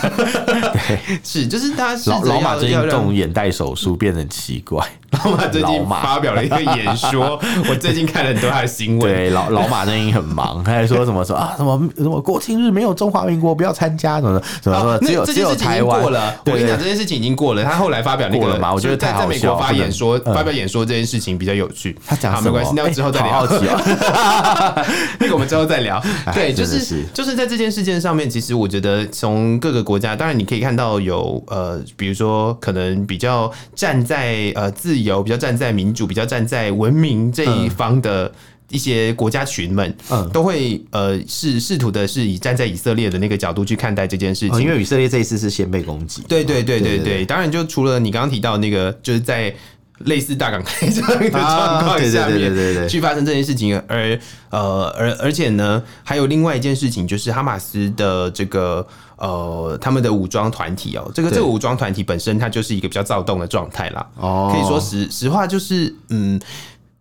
[SPEAKER 1] (laughs)
[SPEAKER 2] (laughs) 是就是大家试着
[SPEAKER 1] 老老马
[SPEAKER 2] 要
[SPEAKER 1] 最
[SPEAKER 2] 要
[SPEAKER 1] 近
[SPEAKER 2] 让
[SPEAKER 1] 动眼袋手术变得很奇怪，
[SPEAKER 2] 老马最
[SPEAKER 1] 老
[SPEAKER 2] 近
[SPEAKER 1] 马 (laughs)
[SPEAKER 2] 发表了一个演说，我最近看了很多他的新闻，
[SPEAKER 1] 对，老老马最近很忙，他还说什么说啊什么什么国庆日没有中华民国不要参加什么什么
[SPEAKER 2] 哦
[SPEAKER 1] 说只有
[SPEAKER 2] 那这
[SPEAKER 1] 只
[SPEAKER 2] 件
[SPEAKER 1] 有
[SPEAKER 2] 事情已
[SPEAKER 1] 台
[SPEAKER 2] 经
[SPEAKER 1] 湾
[SPEAKER 2] 过了，我
[SPEAKER 1] 对
[SPEAKER 2] 跟你
[SPEAKER 1] 对
[SPEAKER 2] 讲，这件事情已经过了。他后来发表那
[SPEAKER 1] 过
[SPEAKER 2] 个
[SPEAKER 1] 了吗我觉得
[SPEAKER 2] 就是在
[SPEAKER 1] 太好
[SPEAKER 2] 在美国
[SPEAKER 1] 笑
[SPEAKER 2] 发
[SPEAKER 1] 不能
[SPEAKER 2] 言说，
[SPEAKER 1] 嗯
[SPEAKER 2] 发表演说这件事情比较有趣。
[SPEAKER 1] 他讲
[SPEAKER 2] 好
[SPEAKER 1] 什
[SPEAKER 2] 啊没
[SPEAKER 1] 么？
[SPEAKER 2] 关系，那个之后再
[SPEAKER 1] 哎好
[SPEAKER 2] 聊
[SPEAKER 1] 好。
[SPEAKER 2] (laughs)
[SPEAKER 1] 奇哦。
[SPEAKER 2] 那个我们之后再聊。对，就
[SPEAKER 1] 真的
[SPEAKER 2] 是
[SPEAKER 1] 是
[SPEAKER 2] 就是在这件事件上面，其实我觉得从各个国家，当然你可以看到有呃，比如说可能比较站在呃自由、比较站在民主、比较站在文明这一方的。一些国家群们，
[SPEAKER 1] 嗯
[SPEAKER 2] 都会呃试试图的是以站在以色列的那个角度去看待这件事情，
[SPEAKER 1] 哦因为以色列这一次是先被攻击，
[SPEAKER 2] 对对对对
[SPEAKER 1] 对对
[SPEAKER 2] 对，当然就除了你刚刚提到那个，就是在类似大港开这样的状
[SPEAKER 1] 啊
[SPEAKER 2] 况
[SPEAKER 1] 对对
[SPEAKER 2] 下
[SPEAKER 1] 对对对
[SPEAKER 2] 面
[SPEAKER 1] 对
[SPEAKER 2] 去发生这件事情，而呃而而且呢，还有另外一件事情，就是哈马斯的这个呃他们的武装团体哦，这个
[SPEAKER 1] 对
[SPEAKER 2] 这个武装团体本身它就是一个比较躁动的状态啦，
[SPEAKER 1] 哦
[SPEAKER 2] 可以说实实话就是嗯，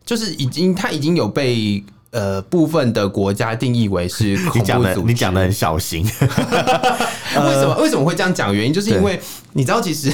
[SPEAKER 2] 就是已经它已经有被。呃，部分的国家定义为是恐
[SPEAKER 1] 你讲
[SPEAKER 2] 怖
[SPEAKER 1] 的
[SPEAKER 2] 组织，
[SPEAKER 1] 你讲的很小心， (laughs) 呃
[SPEAKER 2] 为什么为什么会这样讲？原因就是 (laughs) 因为你知道，其实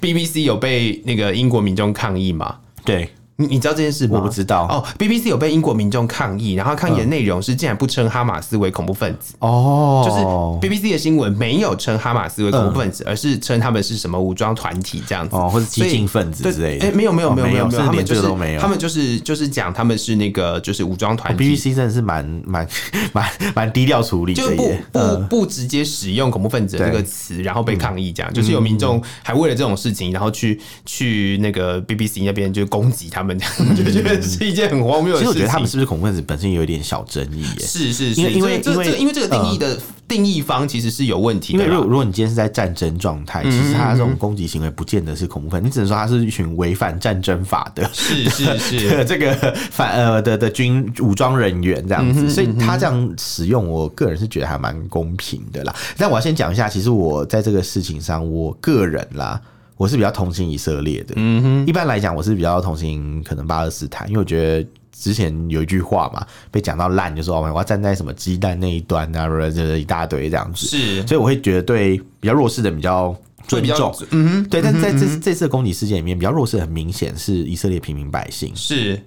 [SPEAKER 2] BBC 有被那个英国民众抗议嘛。
[SPEAKER 1] 对。
[SPEAKER 2] 你你知道这件事吗？
[SPEAKER 1] 我不知道
[SPEAKER 2] 哦。BBC 有被英国民众抗议，然后抗议的内容是竟然不称哈马斯为恐怖分子，
[SPEAKER 1] 哦，
[SPEAKER 2] 就是 BBC 的新闻没有称哈马斯为恐怖分子，而是称他们是什么武装团体这样子，
[SPEAKER 1] 哦，或是激进分子
[SPEAKER 2] 对
[SPEAKER 1] 之类的。
[SPEAKER 2] 哎，没有没有
[SPEAKER 1] 哦
[SPEAKER 2] 没有没有，
[SPEAKER 1] 有，
[SPEAKER 2] 没
[SPEAKER 1] 甚至
[SPEAKER 2] 有，他
[SPEAKER 1] 连
[SPEAKER 2] 们
[SPEAKER 1] 这
[SPEAKER 2] 就
[SPEAKER 1] 个
[SPEAKER 2] 是
[SPEAKER 1] 都没有。哦
[SPEAKER 2] 他们就是就是讲他们是那个就是武装团体。
[SPEAKER 1] BBC 真的是蛮蛮蛮蛮低调处理
[SPEAKER 2] 就
[SPEAKER 1] 的
[SPEAKER 2] 不
[SPEAKER 1] 耶。嗯
[SPEAKER 2] 不不直接使用恐怖分子这个
[SPEAKER 1] 对嗯
[SPEAKER 2] 词，然后被抗议，这样就是有民众还为了这种事情，然后去去那个 BBC 那边就攻击他们，这样就觉得是一件很荒谬的
[SPEAKER 1] 嗯其实
[SPEAKER 2] 事情。
[SPEAKER 1] 我觉得他们是不是恐怖分子本身有一点小争议耶？
[SPEAKER 2] 是是是，
[SPEAKER 1] 因为因为
[SPEAKER 2] 这个这个
[SPEAKER 1] 因为嗯
[SPEAKER 2] 因为这个定义的定义方其实是有问题
[SPEAKER 1] 因
[SPEAKER 2] 的
[SPEAKER 1] 为如果
[SPEAKER 2] 啦。
[SPEAKER 1] 如果你今天是在战争状态，其实他这种攻击行为不见得是恐怖分子，你只能说他是一群违反战争法的
[SPEAKER 2] 是是是，
[SPEAKER 1] 的 (laughs) 这个反呃的的军武装人员这样子，所以他这样使用，我个人是觉得还蛮公平的啦。但我要先讲一下，其实我在这个事情上，我个人啦。我是比较同情以色列的，嗯哼，一般来讲我是比较同情可能巴勒斯坦，因为我觉得之前有一句话嘛，被讲到烂，就说哦我要站在什么鸡蛋那一端啊，这一大堆这样子，
[SPEAKER 2] 是
[SPEAKER 1] 所以我会觉得对比较弱势的比较
[SPEAKER 2] 会
[SPEAKER 1] 尊
[SPEAKER 2] 比较
[SPEAKER 1] 重，嗯，对。但在这这次的攻击事件里面，比较弱势很明显是以色列平民百姓，
[SPEAKER 2] 是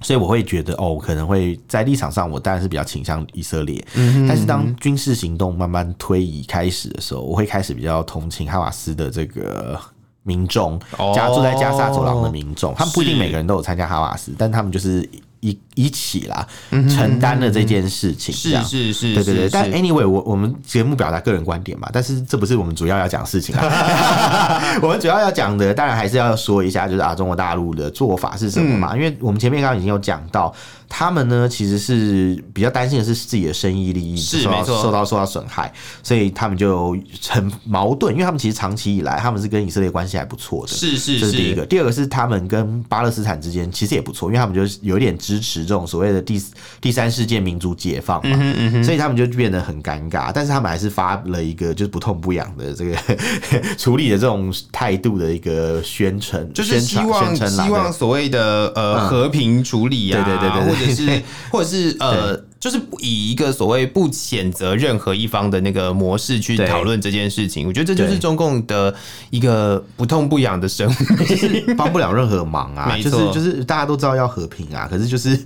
[SPEAKER 1] 所以我会觉得哦，我可能会在立场上，我当然是比较倾向以色列。但是当军事行动慢慢推移开始的时候，我会开始比较同情哈马斯的这个。民众
[SPEAKER 2] 哦
[SPEAKER 1] 加住在加沙走廊的民众，他们不一定
[SPEAKER 2] 是
[SPEAKER 1] 每个人都有参加哈马斯，但他们就是一一起啦，承担了这件事情。这
[SPEAKER 2] 是
[SPEAKER 1] 样
[SPEAKER 2] 是是，
[SPEAKER 1] 对对对，
[SPEAKER 2] 是
[SPEAKER 1] 但哎
[SPEAKER 2] 是
[SPEAKER 1] anyway，我我们节目表达个人观点嘛，但是这不是我们主要要讲的事情
[SPEAKER 2] (laughs)
[SPEAKER 1] 啊。我们主要要讲的，当然还是要说一下，就是啊，中国大陆的做法是什么
[SPEAKER 2] 嗯
[SPEAKER 1] 嘛？因为我们前面刚刚已经有讲到，他们呢其实是比较担心的是自己的生意利益
[SPEAKER 2] 是
[SPEAKER 1] 受到
[SPEAKER 2] 没错
[SPEAKER 1] 受到受到损害，所以他们就很矛盾，因为他们其实长期以来他们是跟以色列关系还不错的，
[SPEAKER 2] 是是
[SPEAKER 1] 这
[SPEAKER 2] 是
[SPEAKER 1] 是第一个。第二个是他们跟巴勒斯坦之间其实也不错，因为他们就是有点支持这种所谓的第第三世界民族解放
[SPEAKER 2] 嗯
[SPEAKER 1] 嘛，所以他们就变得很尴尬。但是他们还是发了一个就是不痛不痒的这个 (laughs) 处理的这种态度的一个宣称，
[SPEAKER 2] 就是希
[SPEAKER 1] 宣传宣
[SPEAKER 2] 望
[SPEAKER 1] 称啦嗯
[SPEAKER 2] 希望所谓的呃和平处理啊，
[SPEAKER 1] 对对对对对
[SPEAKER 2] 或者
[SPEAKER 1] (laughs)
[SPEAKER 2] 是或者是呃，就是以一个所谓不谴责任何一方的那个模式去
[SPEAKER 1] 对
[SPEAKER 2] 讨论这件事情，我觉得这就是
[SPEAKER 1] 对
[SPEAKER 2] 中共的一个不痛不痒
[SPEAKER 1] (laughs)
[SPEAKER 2] 的生活。
[SPEAKER 1] 对帮不了任何忙啊，
[SPEAKER 2] 没
[SPEAKER 1] 就
[SPEAKER 2] 错
[SPEAKER 1] 是就是大家都知道要和平啊， (laughs) 可是就是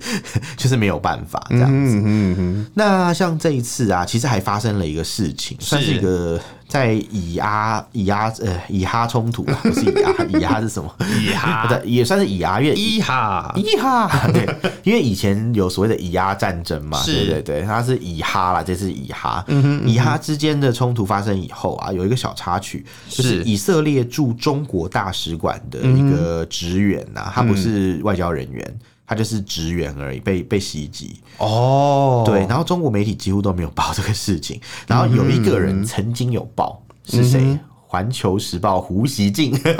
[SPEAKER 1] 就是没有办法这样子。
[SPEAKER 2] 嗯嗯
[SPEAKER 1] 那像这一次啊，其实还发生了一个事情，算是一个在以阿以阿呃以哈冲突啦，不是以阿 (laughs) 以哈是
[SPEAKER 2] (laughs)
[SPEAKER 1] 什么？
[SPEAKER 2] 嗯，一哈
[SPEAKER 1] 对，也算是以阿，因为以
[SPEAKER 2] 一 (laughs) 哈，
[SPEAKER 1] 以哈啊 (laughs) 对，因为以前有所谓的以阿战争嘛，
[SPEAKER 2] 是
[SPEAKER 1] 对对对，它是以哈啦，这是以哈，嗯以哈之间的冲突发生以后啊，有一个小插曲，就是
[SPEAKER 2] 是
[SPEAKER 1] 以色列驻中国大使馆的一个职员呐、他不是外交人员。他就是职员而已，被被袭击。
[SPEAKER 2] 哦，
[SPEAKER 1] 对，然后中国媒体几乎都没有报这个事情，然后有一个
[SPEAKER 2] 嗯
[SPEAKER 1] 人曾经有报，是谁？环球时报胡锡进， (laughs)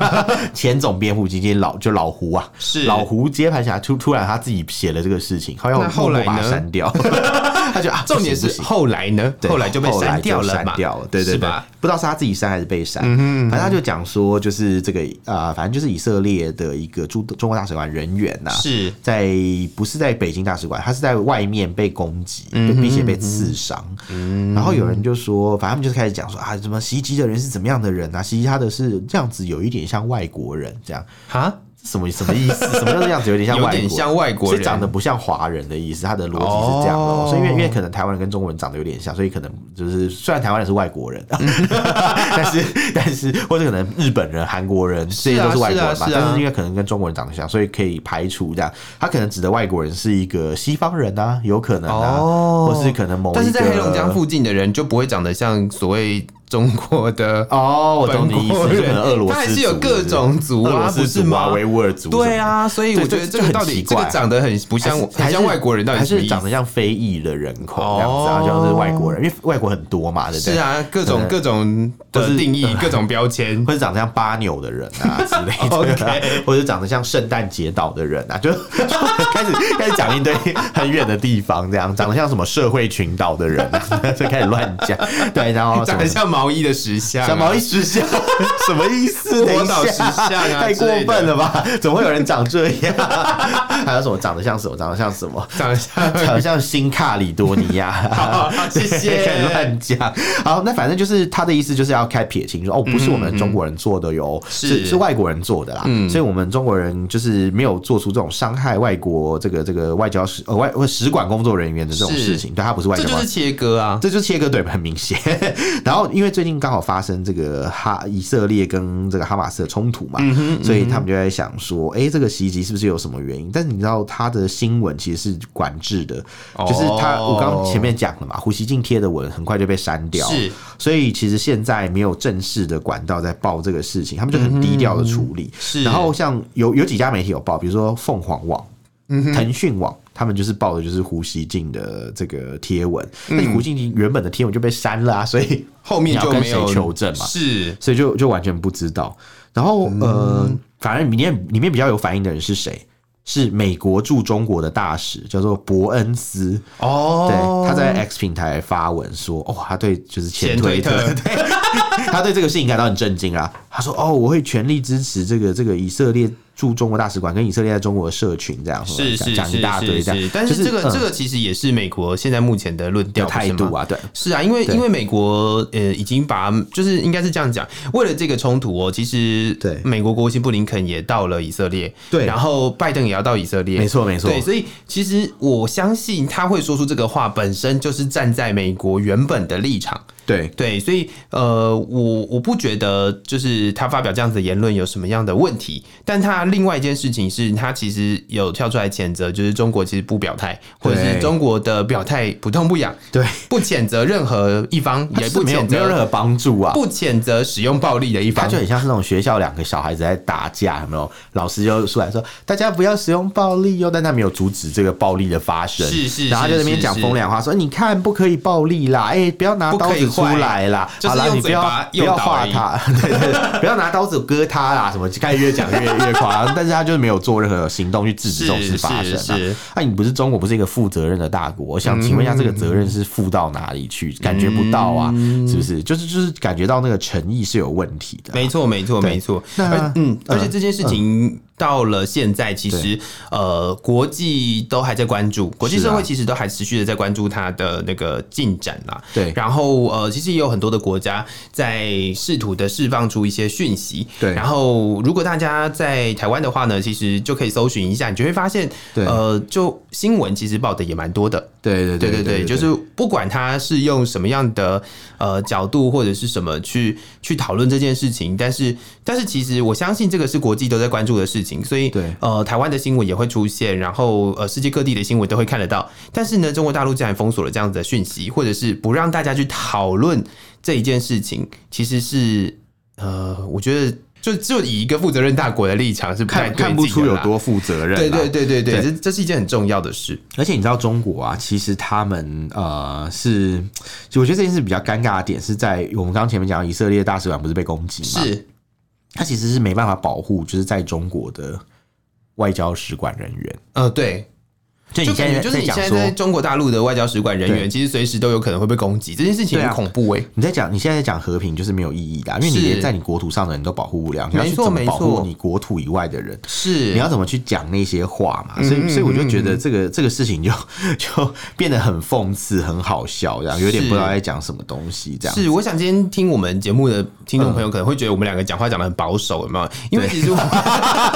[SPEAKER 1] 前总编户今天老就老胡啊，
[SPEAKER 2] 是
[SPEAKER 1] 老胡接盘侠突突然他自己写了这个事情，好像
[SPEAKER 2] 那后
[SPEAKER 1] 默默
[SPEAKER 2] 来
[SPEAKER 1] 把它
[SPEAKER 2] 呢
[SPEAKER 1] 删掉， (laughs) 他就啊，
[SPEAKER 2] 重点
[SPEAKER 1] 不行不
[SPEAKER 2] 是
[SPEAKER 1] 行
[SPEAKER 2] 后来呢，
[SPEAKER 1] 对
[SPEAKER 2] 后来就被
[SPEAKER 1] 后来
[SPEAKER 2] 删
[SPEAKER 1] 就
[SPEAKER 2] 掉了嘛，
[SPEAKER 1] 删掉了，对对
[SPEAKER 2] 是
[SPEAKER 1] 对
[SPEAKER 2] 吧？，嗯
[SPEAKER 1] 不知道是他自己删还是被删，反正他就讲说，就是这个啊，反正就是以色列的一个驻中国大使馆人员啊呐，
[SPEAKER 2] 是
[SPEAKER 1] 在不是在北京大使馆，他是在外面被攻击，
[SPEAKER 2] 嗯
[SPEAKER 1] 并且被刺伤。然后有人就说，反正他们就开始讲说啊，什么袭击的人是怎么样的人啊？袭击他的是这样子，有一点像外国人这样，
[SPEAKER 2] 哈，
[SPEAKER 1] 什么什么意思？什么叫这样子？有啊点像外
[SPEAKER 2] 有
[SPEAKER 1] 国
[SPEAKER 2] 点
[SPEAKER 1] 人。
[SPEAKER 2] 像外国
[SPEAKER 1] 所以
[SPEAKER 2] 人，
[SPEAKER 1] 长得不像华人的意思，他的逻辑是这样的、哦
[SPEAKER 2] 哦
[SPEAKER 1] 所以因为因为可能台湾人跟中国人长得有点像，所以可能就是虽然台湾人是外国
[SPEAKER 2] (laughs)
[SPEAKER 1] 人，但是但是或者可能日本人、韩国人这些都是外国人嘛，
[SPEAKER 2] 是啊是啊是啊
[SPEAKER 1] 但是因为可能跟中国人长得像，所以可以排除这样。他可能指的外国人是一个西方人啊，有可能啊，
[SPEAKER 2] 哦
[SPEAKER 1] 或是可能某一个
[SPEAKER 2] 但是在黑龙江附近的人就不会长得像所谓中国的
[SPEAKER 1] 哦，我懂
[SPEAKER 2] 本
[SPEAKER 1] 你意
[SPEAKER 2] 国
[SPEAKER 1] 思，
[SPEAKER 2] 人
[SPEAKER 1] 就可能俄罗斯族，
[SPEAKER 2] 他还是有各种族啊
[SPEAKER 1] 俄罗斯
[SPEAKER 2] 不是
[SPEAKER 1] 族啊，
[SPEAKER 2] 吗
[SPEAKER 1] 维吾尔族，
[SPEAKER 2] 对。啊，所以
[SPEAKER 1] 对
[SPEAKER 2] 我觉
[SPEAKER 1] 这
[SPEAKER 2] 得
[SPEAKER 1] 这
[SPEAKER 2] 这个
[SPEAKER 1] 很
[SPEAKER 2] 到
[SPEAKER 1] 奇
[SPEAKER 2] 底这个
[SPEAKER 1] 怪
[SPEAKER 2] 长得很不
[SPEAKER 1] 还
[SPEAKER 2] 像
[SPEAKER 1] 是
[SPEAKER 2] 很像外国人，到底
[SPEAKER 1] 还
[SPEAKER 2] 什么
[SPEAKER 1] 是
[SPEAKER 2] 意
[SPEAKER 1] 长
[SPEAKER 2] 思？
[SPEAKER 1] 得像非裔的人口这样子啊，
[SPEAKER 2] 哦
[SPEAKER 1] 就是外国人，因为外国很多嘛，对不对？
[SPEAKER 2] 是啊，各种各种
[SPEAKER 1] 或
[SPEAKER 2] 的
[SPEAKER 1] 是呃
[SPEAKER 2] 定义，各种标签。
[SPEAKER 1] 或者长得像巴纽的人啊之类的啊
[SPEAKER 2] (laughs) OK
[SPEAKER 1] 或者长得像圣诞节岛的人啊，就 (laughs) 就开始开始讲一堆很远的地方，这样长得像什么社会群岛的人、啊，就开始乱讲。对，然后什
[SPEAKER 2] 长
[SPEAKER 1] 么
[SPEAKER 2] 得像毛衣的石像、啊，
[SPEAKER 1] 小毛衣
[SPEAKER 2] (laughs)
[SPEAKER 1] 石像什么意思？等
[SPEAKER 2] 广
[SPEAKER 1] 一
[SPEAKER 2] 岛石
[SPEAKER 1] 下，
[SPEAKER 2] 像啊
[SPEAKER 1] 太
[SPEAKER 2] 之
[SPEAKER 1] 过
[SPEAKER 2] 类的
[SPEAKER 1] 分了吧？怎么会有人长这样？还有什么长得像什么？长得像什
[SPEAKER 2] (laughs)
[SPEAKER 1] 么？
[SPEAKER 2] 长相。
[SPEAKER 1] 长得像新卡里多尼亚。
[SPEAKER 2] (laughs) 好，
[SPEAKER 1] (laughs)
[SPEAKER 2] 谢谢。
[SPEAKER 1] 乱讲。好，那反正就是他的意思，就是要开撇清，说哦，不是我们中国人做的哟，
[SPEAKER 2] 嗯是嗯
[SPEAKER 1] 是是外国人做的啦。所以我们中国人就是没有做出这种伤害外国这个这个外交使呃外使馆工作人员的这种
[SPEAKER 2] 是
[SPEAKER 1] 事情，对，他不是外
[SPEAKER 2] 这
[SPEAKER 1] 交
[SPEAKER 2] 就
[SPEAKER 1] 官
[SPEAKER 2] 是。切割啊，
[SPEAKER 1] 这就是切割对，很明显。 (laughs) 然后因为最近刚好发生这个哈以色列跟这个哈马斯的冲突嘛，
[SPEAKER 2] 嗯
[SPEAKER 1] 所以他们就在想说，哎、这个袭击是不是有什么原因？但你知道他的新闻其实是管制的，就是他、
[SPEAKER 2] 哦
[SPEAKER 1] 我刚前面讲了嘛，胡锡进贴的文很快就被删掉，
[SPEAKER 2] 是，
[SPEAKER 1] 所以其实现在没有正式的管道在报这个事情，他们就很低调的处理。
[SPEAKER 2] 是
[SPEAKER 1] 然后像有有几家媒体有报，比如说凤凰网、腾讯网。他们就是报的就是胡锡进的这个贴文，那、胡锡进原本的贴文就被删了啊，所以 (laughs)
[SPEAKER 2] 后面就没
[SPEAKER 1] 你要跟
[SPEAKER 2] 有
[SPEAKER 1] 谁求证嘛
[SPEAKER 2] 是
[SPEAKER 1] 所以就就完全不知道。然后呃，反正里面里面比较有反应的人是谁？是美国驻中国的大使，叫做伯恩斯。
[SPEAKER 2] 哦
[SPEAKER 1] 对，他在 X 平台发文说，哦，他对就是前
[SPEAKER 2] 前推
[SPEAKER 1] 推特，
[SPEAKER 2] 特
[SPEAKER 1] 对， (laughs) 他对这个事情感到很震惊啊。他说，哦，我会全力支持这个这个以色列驻中国大使馆跟以色列在中国的社群这样，
[SPEAKER 2] 是
[SPEAKER 1] 讲
[SPEAKER 2] 是
[SPEAKER 1] 讲一大堆
[SPEAKER 2] 是
[SPEAKER 1] 这
[SPEAKER 2] 是
[SPEAKER 1] 样
[SPEAKER 2] 是，，但是
[SPEAKER 1] 就
[SPEAKER 2] 这个
[SPEAKER 1] 嗯
[SPEAKER 2] 这个其实也是美国现在目前的论调
[SPEAKER 1] 的态度。啊，对，
[SPEAKER 2] 是吗是啊，因为
[SPEAKER 1] 对
[SPEAKER 2] 因为美国呃已经把就是应该是这样讲，为了这个冲突哦，其实
[SPEAKER 1] 对
[SPEAKER 2] 美国国务卿布林肯也到了以色列，
[SPEAKER 1] 对
[SPEAKER 2] 然后拜登也要到以色列，
[SPEAKER 1] 没错没错
[SPEAKER 2] 对，所以其实我相信他会说出这个话，本身就是站在美国原本的立场，
[SPEAKER 1] 对。
[SPEAKER 2] 对，所以呃，我我不觉得就是他发表这样子的言论有什么样的问题，但他另外一件事情是他其实有跳出来谴责，就是中国其实不表态，或者是
[SPEAKER 1] 对
[SPEAKER 2] 中国的表态不痛不痒，
[SPEAKER 1] 对，
[SPEAKER 2] 不谴责任何一方，
[SPEAKER 1] 他就
[SPEAKER 2] 也
[SPEAKER 1] 是
[SPEAKER 2] 不
[SPEAKER 1] (laughs) 没有
[SPEAKER 2] 谴
[SPEAKER 1] 没有任
[SPEAKER 2] 责
[SPEAKER 1] 何帮助啊，
[SPEAKER 2] 不谴责使用暴力的一
[SPEAKER 1] 他
[SPEAKER 2] 方
[SPEAKER 1] 就。很像是那种学校两个小孩子在打架，有没有？老师就出来说大家不要使用暴力哦，但他没有阻止这个暴力的发生，
[SPEAKER 2] 是是
[SPEAKER 1] 然后他就在那边
[SPEAKER 2] 是
[SPEAKER 1] 讲
[SPEAKER 2] 是
[SPEAKER 1] 风凉话，说你看不可以暴力啦，哎、不要拿
[SPEAKER 2] 不
[SPEAKER 1] 刀
[SPEAKER 2] 可以
[SPEAKER 1] 子出
[SPEAKER 2] 坏
[SPEAKER 1] 来啦，
[SPEAKER 2] 就是
[SPEAKER 1] 好啦，
[SPEAKER 2] 用
[SPEAKER 1] 你不
[SPEAKER 2] 嘴
[SPEAKER 1] 要
[SPEAKER 2] 巴
[SPEAKER 1] 不
[SPEAKER 2] 诱
[SPEAKER 1] 要
[SPEAKER 2] 导
[SPEAKER 1] 画
[SPEAKER 2] 而已
[SPEAKER 1] 他， (laughs) 对对对，不要拿刀子割他啦，什么开始越讲越越夸张，但是他就是没有做任何行动去制止这种
[SPEAKER 2] 是
[SPEAKER 1] 事发
[SPEAKER 2] 是
[SPEAKER 1] 生啊
[SPEAKER 2] 是。
[SPEAKER 1] 那、你不是中国，不是一个负责任的大国，我想请问一下，这个责任是负到哪里去？感觉不到啊，是不是？就是就是感觉到那个诚意是有问题的啊、
[SPEAKER 2] 没错，没错，
[SPEAKER 1] 对
[SPEAKER 2] 没错。
[SPEAKER 1] 那
[SPEAKER 2] 而嗯，而且
[SPEAKER 1] 嗯
[SPEAKER 2] 这件事情到了现在，其实呃，国际都还在关注，国际
[SPEAKER 1] 是啊
[SPEAKER 2] 社会其实都还持续的在关注它的那个进展啦。
[SPEAKER 1] 对
[SPEAKER 2] 然后呃，其实也有很多的国家在试图的释放出一些讯息。
[SPEAKER 1] 对
[SPEAKER 2] 然后如果大家在台湾的话呢，其实就可以搜寻一下，你就会发现，
[SPEAKER 1] 对
[SPEAKER 2] 呃，就新闻其实报的也蛮多的。
[SPEAKER 1] 对对
[SPEAKER 2] 对对对，就是不管他是用什么样的呃角度或者是什么去去讨论这件事情，但是但是其实我相信这个是国际都在关注的事情，所以
[SPEAKER 1] 对
[SPEAKER 2] 呃台湾的新闻也会出现，然后呃世界各地的新闻都会看得到，但是呢中国大陆竟然封锁了这样子的讯息，或者是不让大家去讨论这一件事情，其实是呃我觉得就就以一个负责任大国的立场是不太
[SPEAKER 1] 看
[SPEAKER 2] 对
[SPEAKER 1] 看不
[SPEAKER 2] 劲的
[SPEAKER 1] 出有
[SPEAKER 2] 啦
[SPEAKER 1] 多负责任。
[SPEAKER 2] 对对。对对对，
[SPEAKER 1] 对
[SPEAKER 2] 这这是一件很重要的事。
[SPEAKER 1] 而且你知道中国啊，其实他们呃是，就我觉得这件事比较尴尬的点是在于我们刚刚前面讲到以色列大使馆不是被攻击嘛，
[SPEAKER 2] 是
[SPEAKER 1] 他其实是没办法保护就是在中国的外交使馆人员。
[SPEAKER 2] 呃，对，
[SPEAKER 1] 就
[SPEAKER 2] 就
[SPEAKER 1] 你
[SPEAKER 2] 感
[SPEAKER 1] 现在
[SPEAKER 2] 觉就是
[SPEAKER 1] 在
[SPEAKER 2] 你
[SPEAKER 1] 讲
[SPEAKER 2] 现在
[SPEAKER 1] 说
[SPEAKER 2] 在，中国大陆的外交使馆人员，
[SPEAKER 1] 对
[SPEAKER 2] 其实随时都有可能会被攻击，这件事情
[SPEAKER 1] 对
[SPEAKER 2] 很
[SPEAKER 1] 啊
[SPEAKER 2] 恐怖哎、
[SPEAKER 1] 你在讲你现在在讲和平就是没有意义的啊、因为你
[SPEAKER 2] 是
[SPEAKER 1] 连在你国土上的人都保护不了，你要
[SPEAKER 2] 没
[SPEAKER 1] 去
[SPEAKER 2] 错
[SPEAKER 1] 怎么
[SPEAKER 2] 没
[SPEAKER 1] 保
[SPEAKER 2] 错
[SPEAKER 1] 护你国土以外的人？
[SPEAKER 2] 是
[SPEAKER 1] 你要怎么去讲那些话
[SPEAKER 2] 嗯
[SPEAKER 1] 嘛？所以，所以我就觉得这个这个事情就 (laughs) 就变得很讽刺、很好笑，这样有点
[SPEAKER 2] 是
[SPEAKER 1] 不知道在讲什么东西，这样。
[SPEAKER 2] 是，我想今天听我们节目的听众朋友可能会觉得我们两个讲话讲的很保守，有没有？因为其实我，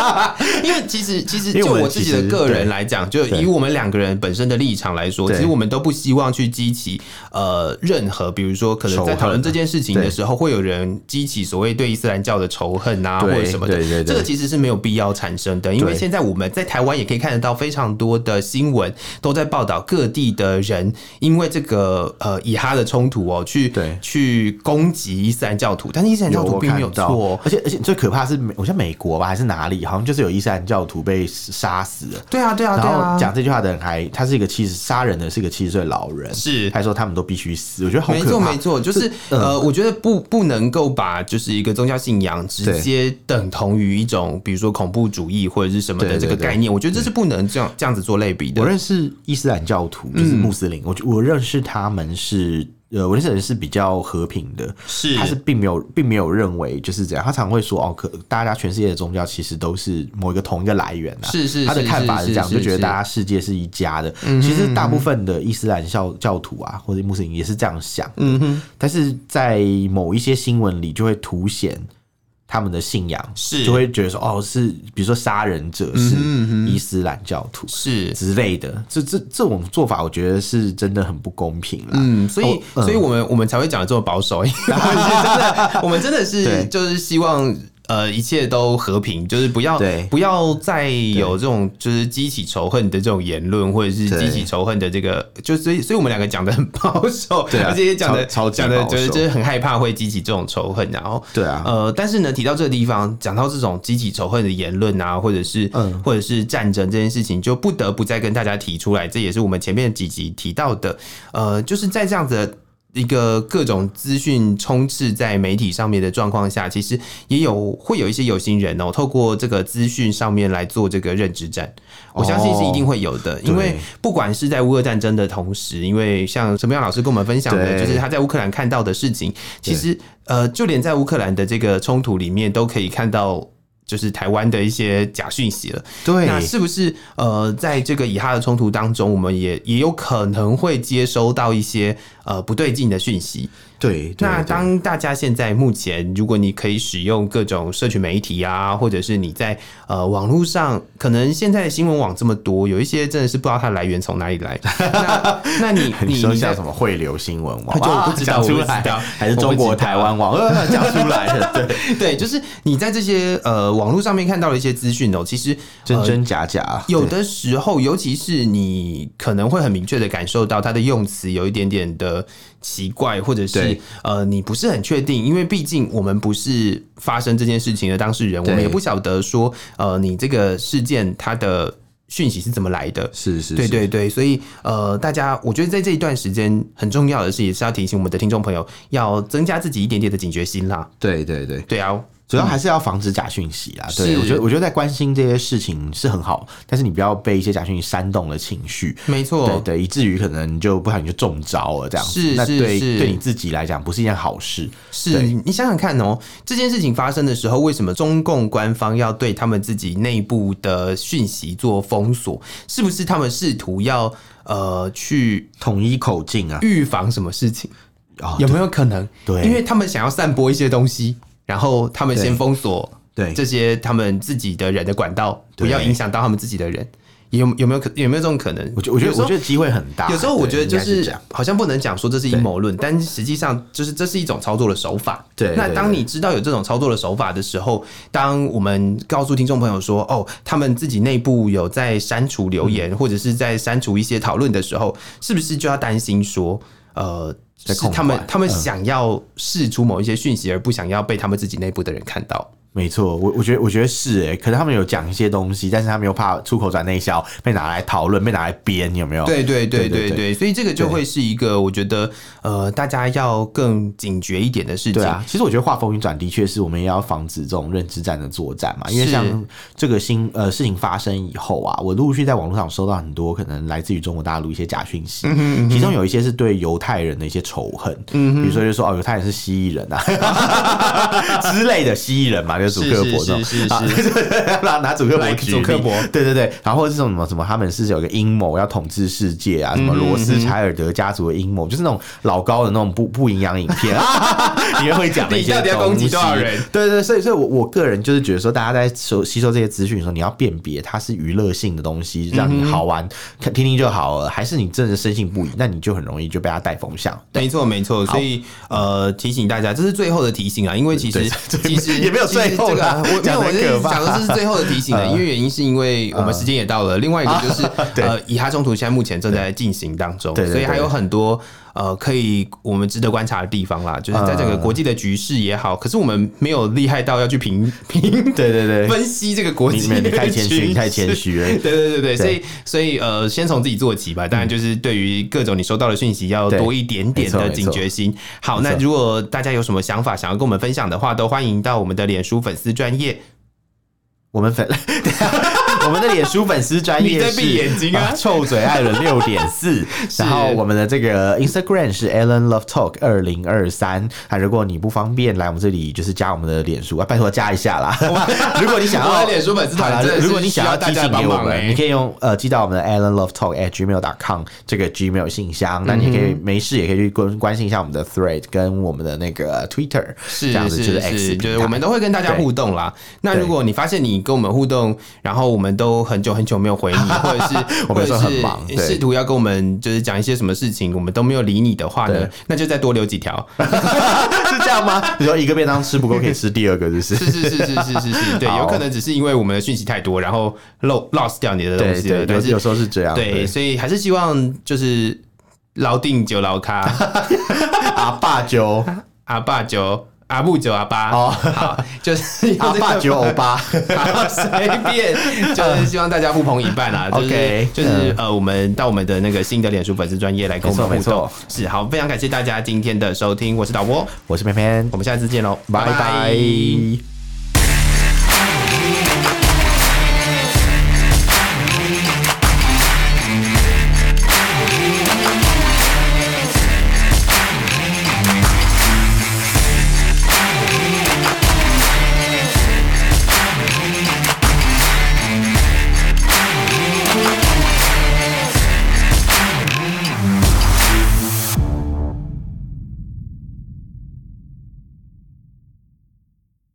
[SPEAKER 2] (laughs) 因为其实 (laughs) 其实
[SPEAKER 1] 因为
[SPEAKER 2] 就
[SPEAKER 1] 我们
[SPEAKER 2] 我自己的
[SPEAKER 1] 其实
[SPEAKER 2] 个人
[SPEAKER 1] 对
[SPEAKER 2] 来讲，就
[SPEAKER 1] 对
[SPEAKER 2] 以我们两个人本身的立场来说，
[SPEAKER 1] 对
[SPEAKER 2] 其实我们都不希望去激起呃任何，比如说可能
[SPEAKER 1] 仇
[SPEAKER 2] 在
[SPEAKER 1] 恨
[SPEAKER 2] 讨论这件事情的
[SPEAKER 1] 对
[SPEAKER 2] 时候，会有人激起所谓对伊斯兰教的仇恨啊，或
[SPEAKER 1] 对
[SPEAKER 2] 者什么的
[SPEAKER 1] 对对，对
[SPEAKER 2] 这个其实是没有必要产生的，因为
[SPEAKER 1] 对
[SPEAKER 2] 现在我们在台湾也可以看得到非常多的新闻都在报道各地的人因为这个呃以哈的冲突哦，去
[SPEAKER 1] 对
[SPEAKER 2] 去攻击伊斯兰教徒，但是伊斯兰教徒
[SPEAKER 1] 我
[SPEAKER 2] 并
[SPEAKER 1] 看
[SPEAKER 2] 没有错
[SPEAKER 1] 到
[SPEAKER 2] 哦。
[SPEAKER 1] 而且而且最可怕是美，我像美国吧还是哪里，好像就是有伊斯兰教徒被杀死了。
[SPEAKER 2] 对啊，对啊，
[SPEAKER 1] 然
[SPEAKER 2] 对
[SPEAKER 1] 后
[SPEAKER 2] 啊，
[SPEAKER 1] 讲这句话的人还他是一个七十杀人的是一个七十岁的老人，
[SPEAKER 2] 是
[SPEAKER 1] 还说他们都必须死，我觉得好
[SPEAKER 2] 没
[SPEAKER 1] 可
[SPEAKER 2] 错，
[SPEAKER 1] 怕
[SPEAKER 2] 没。错，就是
[SPEAKER 1] 嗯
[SPEAKER 2] 呃，我觉得不不能够把就是一个宗教信仰直接等同于一种，比如说恐怖主义或者是什么的
[SPEAKER 1] 对对
[SPEAKER 2] 这个概念，我觉得这是不能这样这样子做类比的嗯
[SPEAKER 1] 我。认识伊斯兰教徒，就是穆斯林，我我认识他们是。呃，我认识的人是比较和平的，
[SPEAKER 2] 是
[SPEAKER 1] 他是并没有并没有认为就是这样，他常会说哦，可大家全世界的宗教其实都是某一个同一个来源啊。
[SPEAKER 2] 是是
[SPEAKER 1] 他的
[SPEAKER 2] 是
[SPEAKER 1] 看法
[SPEAKER 2] 是
[SPEAKER 1] 是这样，
[SPEAKER 2] 是
[SPEAKER 1] 就觉得
[SPEAKER 2] 是嗯
[SPEAKER 1] 大家世界是一家的。其实大部分的伊斯兰教教徒啊，或者穆斯林也是这样想。嗯哼，但是在某一些新闻里就会凸显。他们的信仰
[SPEAKER 2] 是嗯
[SPEAKER 1] 就会觉得说，哦，是比如说杀人者是伊斯兰教徒
[SPEAKER 2] 是
[SPEAKER 1] 之类的，这这这种做法，我觉得是真的很不公平啦。
[SPEAKER 2] 嗯，所
[SPEAKER 1] 哦
[SPEAKER 2] 以，所以我们我们才会讲得这么保守，因 (laughs) 为我们是真的，我们真的是
[SPEAKER 1] 对
[SPEAKER 2] 就是希望。呃，一切都和平，就是不要
[SPEAKER 1] 对
[SPEAKER 2] 不要再有这种就是激起仇恨的这种言论，或者是
[SPEAKER 1] 对
[SPEAKER 2] 激起仇恨的这个，就所以所以我们两个讲的很保守，
[SPEAKER 1] 对啊
[SPEAKER 2] 而且也讲的
[SPEAKER 1] 超超级
[SPEAKER 2] 讲的就
[SPEAKER 1] 保
[SPEAKER 2] 是
[SPEAKER 1] 守
[SPEAKER 2] 就是很害怕会激起这种仇恨，然后
[SPEAKER 1] 对啊
[SPEAKER 2] 呃，但是呢，提到这个地方，讲到这种激起仇恨的言论啊，或者是、
[SPEAKER 1] 嗯
[SPEAKER 2] 或者是战争这件事情，就不得不再跟大家提出来，这也是我们前面几集提到的，呃，就是在这样子的一个各种资讯充斥在媒体上面的状况下，其实也有会有一些有心人哦，透过这个资讯上面来做这个认知战，我
[SPEAKER 1] 哦
[SPEAKER 2] 相信是一定会有的，因为不管是在乌俄战争的同时，因为像什么样老师跟我们分享的，
[SPEAKER 1] 对
[SPEAKER 2] 就是他在乌克兰看到的事情，其实呃，就连在乌克兰的这个冲突里面，都可以看到。就是台湾的一些假讯息了，
[SPEAKER 1] 对，
[SPEAKER 2] 那是不是呃，在这个以哈的冲突当中，我们也也有可能会接收到一些呃不对劲的讯息？
[SPEAKER 1] 对，对
[SPEAKER 2] 那
[SPEAKER 1] 对
[SPEAKER 2] 当大家现在目前，如果你可以使用各种社群媒体啊，或者是你在呃网络上，可能现在的新闻网这么多，有一些真的是不知道它来源从哪里来。那那你
[SPEAKER 1] (laughs) (laughs) 你
[SPEAKER 2] 你
[SPEAKER 1] 说
[SPEAKER 2] 你
[SPEAKER 1] 像
[SPEAKER 2] 在
[SPEAKER 1] 什么汇流新闻网，
[SPEAKER 2] (laughs) 就我不知道
[SPEAKER 1] 啊讲
[SPEAKER 2] 我
[SPEAKER 1] 出
[SPEAKER 2] 不知
[SPEAKER 1] 来
[SPEAKER 2] 道
[SPEAKER 1] 还是中
[SPEAKER 2] 我
[SPEAKER 1] 国
[SPEAKER 2] 不知道
[SPEAKER 1] 台湾网，呃，讲出来了，
[SPEAKER 2] (laughs)
[SPEAKER 1] 对，
[SPEAKER 2] 对，就是你在这些呃网络上面看到的一些资讯哦，其实
[SPEAKER 1] 真真假假，
[SPEAKER 2] 有的时候，尤其是你可能会很明确的感受到它的用词有一点点的奇怪，或者是
[SPEAKER 1] 对
[SPEAKER 2] 呃，你不是很确定，因为毕竟我们不是发生这件事情的当事人，我们
[SPEAKER 1] 对
[SPEAKER 2] 也不晓得说呃，你这个事件它的讯息是怎么来的。
[SPEAKER 1] 是是，
[SPEAKER 2] 对
[SPEAKER 1] 是，
[SPEAKER 2] 对对，所以呃，大家我觉得在这一段时间很重要的是，也是要提醒我们的听众朋友，要增加自己一点点的警觉心啦。
[SPEAKER 1] 对对对，
[SPEAKER 2] 对啊，
[SPEAKER 1] 主要还是要防止假讯息啦。对
[SPEAKER 2] 是
[SPEAKER 1] 我觉得，我觉得在关心这些事情是很好，但是你不要被一些假讯息煽动了情绪。
[SPEAKER 2] 没错，
[SPEAKER 1] 对对，以至于可能就不小心就中招了，这样子
[SPEAKER 2] 是
[SPEAKER 1] 那
[SPEAKER 2] 是
[SPEAKER 1] 对
[SPEAKER 2] 是
[SPEAKER 1] 对你自己来讲不是一件好事。
[SPEAKER 2] 是
[SPEAKER 1] 对
[SPEAKER 2] 你想想看哦，这件事情发生的时候，为什么中共官方要对他们自己内部的讯息做封锁？是不是他们试图要呃去
[SPEAKER 1] 统一口径啊，
[SPEAKER 2] 预防什么事情？
[SPEAKER 1] 哦
[SPEAKER 2] 有没有可能？
[SPEAKER 1] 对
[SPEAKER 2] 因为他们想要散播一些东西，然后他们先
[SPEAKER 1] 对
[SPEAKER 2] 封锁
[SPEAKER 1] 对
[SPEAKER 2] 这些他们自己的人的管道，不
[SPEAKER 1] 对
[SPEAKER 2] 要影响到他们自己的人。有有没有可有没有这种可能？
[SPEAKER 1] 我觉我觉
[SPEAKER 2] 有
[SPEAKER 1] 得
[SPEAKER 2] 时候
[SPEAKER 1] 我觉得机会很大。
[SPEAKER 2] 有时候我
[SPEAKER 1] 啊对
[SPEAKER 2] 觉得就
[SPEAKER 1] 应该是
[SPEAKER 2] 是
[SPEAKER 1] 这样
[SPEAKER 2] 好像不能讲说这是阴谋论，但实际上就是这是一种操作的手法。
[SPEAKER 1] 对对
[SPEAKER 2] 那当你知道有这种操作的手法的时候，当我们告诉听众朋友说，哦，他们自己内部有在删除留言、
[SPEAKER 1] 嗯
[SPEAKER 2] 或者是在删除一些讨论的时候，是不是就要担心说，呃，
[SPEAKER 1] 在
[SPEAKER 2] 是
[SPEAKER 1] 控
[SPEAKER 2] 他们
[SPEAKER 1] 管嗯
[SPEAKER 2] 他们想要试出某一些讯息，而不想要被他们自己内部的人看到？
[SPEAKER 1] 没错，我我觉得我觉得是诶、可是他们有讲一些东西，但是他们又怕出口转内销被拿来讨论，被拿来编，有没有？
[SPEAKER 2] 对对对
[SPEAKER 1] 哦对
[SPEAKER 2] 对
[SPEAKER 1] 对
[SPEAKER 2] 对，所以这个就会是一个我觉得呃，大家要更警觉一点的事情。
[SPEAKER 1] 对啊，其实我觉得画风云转的确是我们也要防止这种认知战的作战嘛，因为
[SPEAKER 2] 是
[SPEAKER 1] 像这个新呃事情发生以后啊，我陆续在网络上收到很多可能来自于中国大陆一些假讯
[SPEAKER 2] 嗯
[SPEAKER 1] 息，其中有一些是对犹太人的一些仇恨，
[SPEAKER 2] 嗯
[SPEAKER 1] 比如说就说哦犹太人是蜥蜴人
[SPEAKER 2] (laughs)
[SPEAKER 1] 啊 (laughs) 之类的蜥蜴人嘛，就是主
[SPEAKER 2] 是
[SPEAKER 1] 克
[SPEAKER 2] 是
[SPEAKER 1] 伯这种
[SPEAKER 2] 是是
[SPEAKER 1] 啊
[SPEAKER 2] 是
[SPEAKER 1] (laughs) 拿拿主克伯
[SPEAKER 2] Like
[SPEAKER 1] 举
[SPEAKER 2] 祖
[SPEAKER 1] 例
[SPEAKER 2] 克伯
[SPEAKER 1] 对对对，然后这种什么什么，他们是有一个阴谋要统治世界啊，什么罗斯柴尔德家族的阴谋，就是那种老高的那种不 (laughs) 不营养影片啊，里面会讲的一些
[SPEAKER 2] 你到底要
[SPEAKER 1] 东
[SPEAKER 2] 攻击
[SPEAKER 1] 西
[SPEAKER 2] 多少人
[SPEAKER 1] 对对对，所以所以我我个人就是觉得说，大家在收吸收这些资讯的时候，你要辨别它是娱乐性的东西，让你好玩、
[SPEAKER 2] 嗯
[SPEAKER 1] 看听听就好了，还是你真的深信不疑，那你就很容易就被他带风
[SPEAKER 2] (laughs)
[SPEAKER 1] 向。
[SPEAKER 2] (laughs) 没错，没错，所以呃，提醒大家，这是最后的提醒啊，因为其实
[SPEAKER 1] 对
[SPEAKER 2] 其实
[SPEAKER 1] 也没 (laughs) 有
[SPEAKER 2] 其实
[SPEAKER 1] 最后
[SPEAKER 2] 这个啊
[SPEAKER 1] 啦
[SPEAKER 2] 我没有，
[SPEAKER 1] 讲得
[SPEAKER 2] 我
[SPEAKER 1] 很
[SPEAKER 2] 是
[SPEAKER 1] 可怕嗯
[SPEAKER 2] 想说这是最后的提醒啊，因为原因是因为我们时间也到了，另外一个就是
[SPEAKER 1] 啊对
[SPEAKER 2] 呃，以哈冲突现在目前正在进行当中，
[SPEAKER 1] 对对对
[SPEAKER 2] 所以还有很多呃可以我们值得观察的地方
[SPEAKER 1] 嗯
[SPEAKER 2] 啦，就是在这个国际的局势也好，可是我们没有厉害到要去评评
[SPEAKER 1] 对 (laughs) 对对，
[SPEAKER 2] (laughs) 分析这个国际
[SPEAKER 1] 你没有你太谦虚，
[SPEAKER 2] 局
[SPEAKER 1] 你太谦
[SPEAKER 2] 势 (laughs)
[SPEAKER 1] 虚了。
[SPEAKER 2] 对对对对，所嗯以所以呃，先从自己做起吧。当然，就是对于各种你收到的讯息，要
[SPEAKER 1] 对
[SPEAKER 2] 多一点点的
[SPEAKER 1] 没错
[SPEAKER 2] 警觉心。好，
[SPEAKER 1] 没
[SPEAKER 2] 那
[SPEAKER 1] 错
[SPEAKER 2] 如果大家有什么想法想要跟我们分享的话，都欢迎到我们的脸书粉丝专业。
[SPEAKER 1] (laughs) 我们粉，我们的脸书粉丝专
[SPEAKER 2] 你
[SPEAKER 1] 业
[SPEAKER 2] 在
[SPEAKER 1] 是
[SPEAKER 2] 闭眼睛啊
[SPEAKER 1] 臭嘴艾伦六点
[SPEAKER 2] (laughs)
[SPEAKER 1] 四，然后我们的这个 Instagram 是 Alan Love Talk 二零二三。啊，如果你不方便来我们这里，就是加我们的脸书啊，拜托加一下啦。 (laughs) 如果你想
[SPEAKER 2] 我
[SPEAKER 1] 要
[SPEAKER 2] 的啊脸书粉丝团
[SPEAKER 1] 好啦
[SPEAKER 2] 真的是
[SPEAKER 1] 如果你想要
[SPEAKER 2] 需要大
[SPEAKER 1] 提
[SPEAKER 2] 家
[SPEAKER 1] 醒给我
[SPEAKER 2] 帮忙
[SPEAKER 1] 们，
[SPEAKER 2] 欸
[SPEAKER 1] 你可以用呃寄到我们的 Alan Love Talk at gmail dot com 这个 Gmail 信箱。那你可
[SPEAKER 2] 嗯
[SPEAKER 1] 以没事也可以去关关心一下我们的 Thread 跟我们的那个 Twitter，
[SPEAKER 2] 是
[SPEAKER 1] 这样子
[SPEAKER 2] 是
[SPEAKER 1] 就是 X 平
[SPEAKER 2] 就是
[SPEAKER 1] 台
[SPEAKER 2] 我们都会跟大家互动啦。那如果你发现你跟我们互动，然后我们都很久很久没有回 (laughs) 你，或者是
[SPEAKER 1] 我
[SPEAKER 2] 或
[SPEAKER 1] 们
[SPEAKER 2] 者
[SPEAKER 1] 说
[SPEAKER 2] 是
[SPEAKER 1] 很忙对
[SPEAKER 2] 试图要跟我们就是讲一些什么事情，我们都没有理你的话呢
[SPEAKER 1] 对，
[SPEAKER 2] 那就再多留几条。
[SPEAKER 1] 是这样吗？ (laughs) 你说一个便当吃不够，可以吃第二个，就是
[SPEAKER 2] 是是是是是是是，对，
[SPEAKER 1] 好
[SPEAKER 2] 有可能只是因为我们的讯息太多，然后漏 lost 掉你的东
[SPEAKER 1] 对
[SPEAKER 2] 西了。
[SPEAKER 1] 对，有
[SPEAKER 2] 但是
[SPEAKER 1] 有时候是这样。
[SPEAKER 2] 对，所以还是希望就是老定就老咖。
[SPEAKER 1] 阿爸 (laughs) 酒，
[SPEAKER 2] 阿爸九，阿布九，阿八，
[SPEAKER 1] 哦
[SPEAKER 2] 好，就是用
[SPEAKER 1] 阿
[SPEAKER 2] 这个
[SPEAKER 1] 爸酒，欧，巴，
[SPEAKER 2] 好随便，就是希望大家互捧一半啊，就是
[SPEAKER 1] OK，
[SPEAKER 2] 就是呃，我们到我们的那个新的脸书粉丝专业来跟我们
[SPEAKER 1] 没
[SPEAKER 2] 互
[SPEAKER 1] 错
[SPEAKER 2] 动
[SPEAKER 1] 没错，
[SPEAKER 2] 是好，非常感谢大家今天的收听，我是导播，
[SPEAKER 1] 我是偏偏
[SPEAKER 2] 我，们下次见喽，
[SPEAKER 1] 拜拜。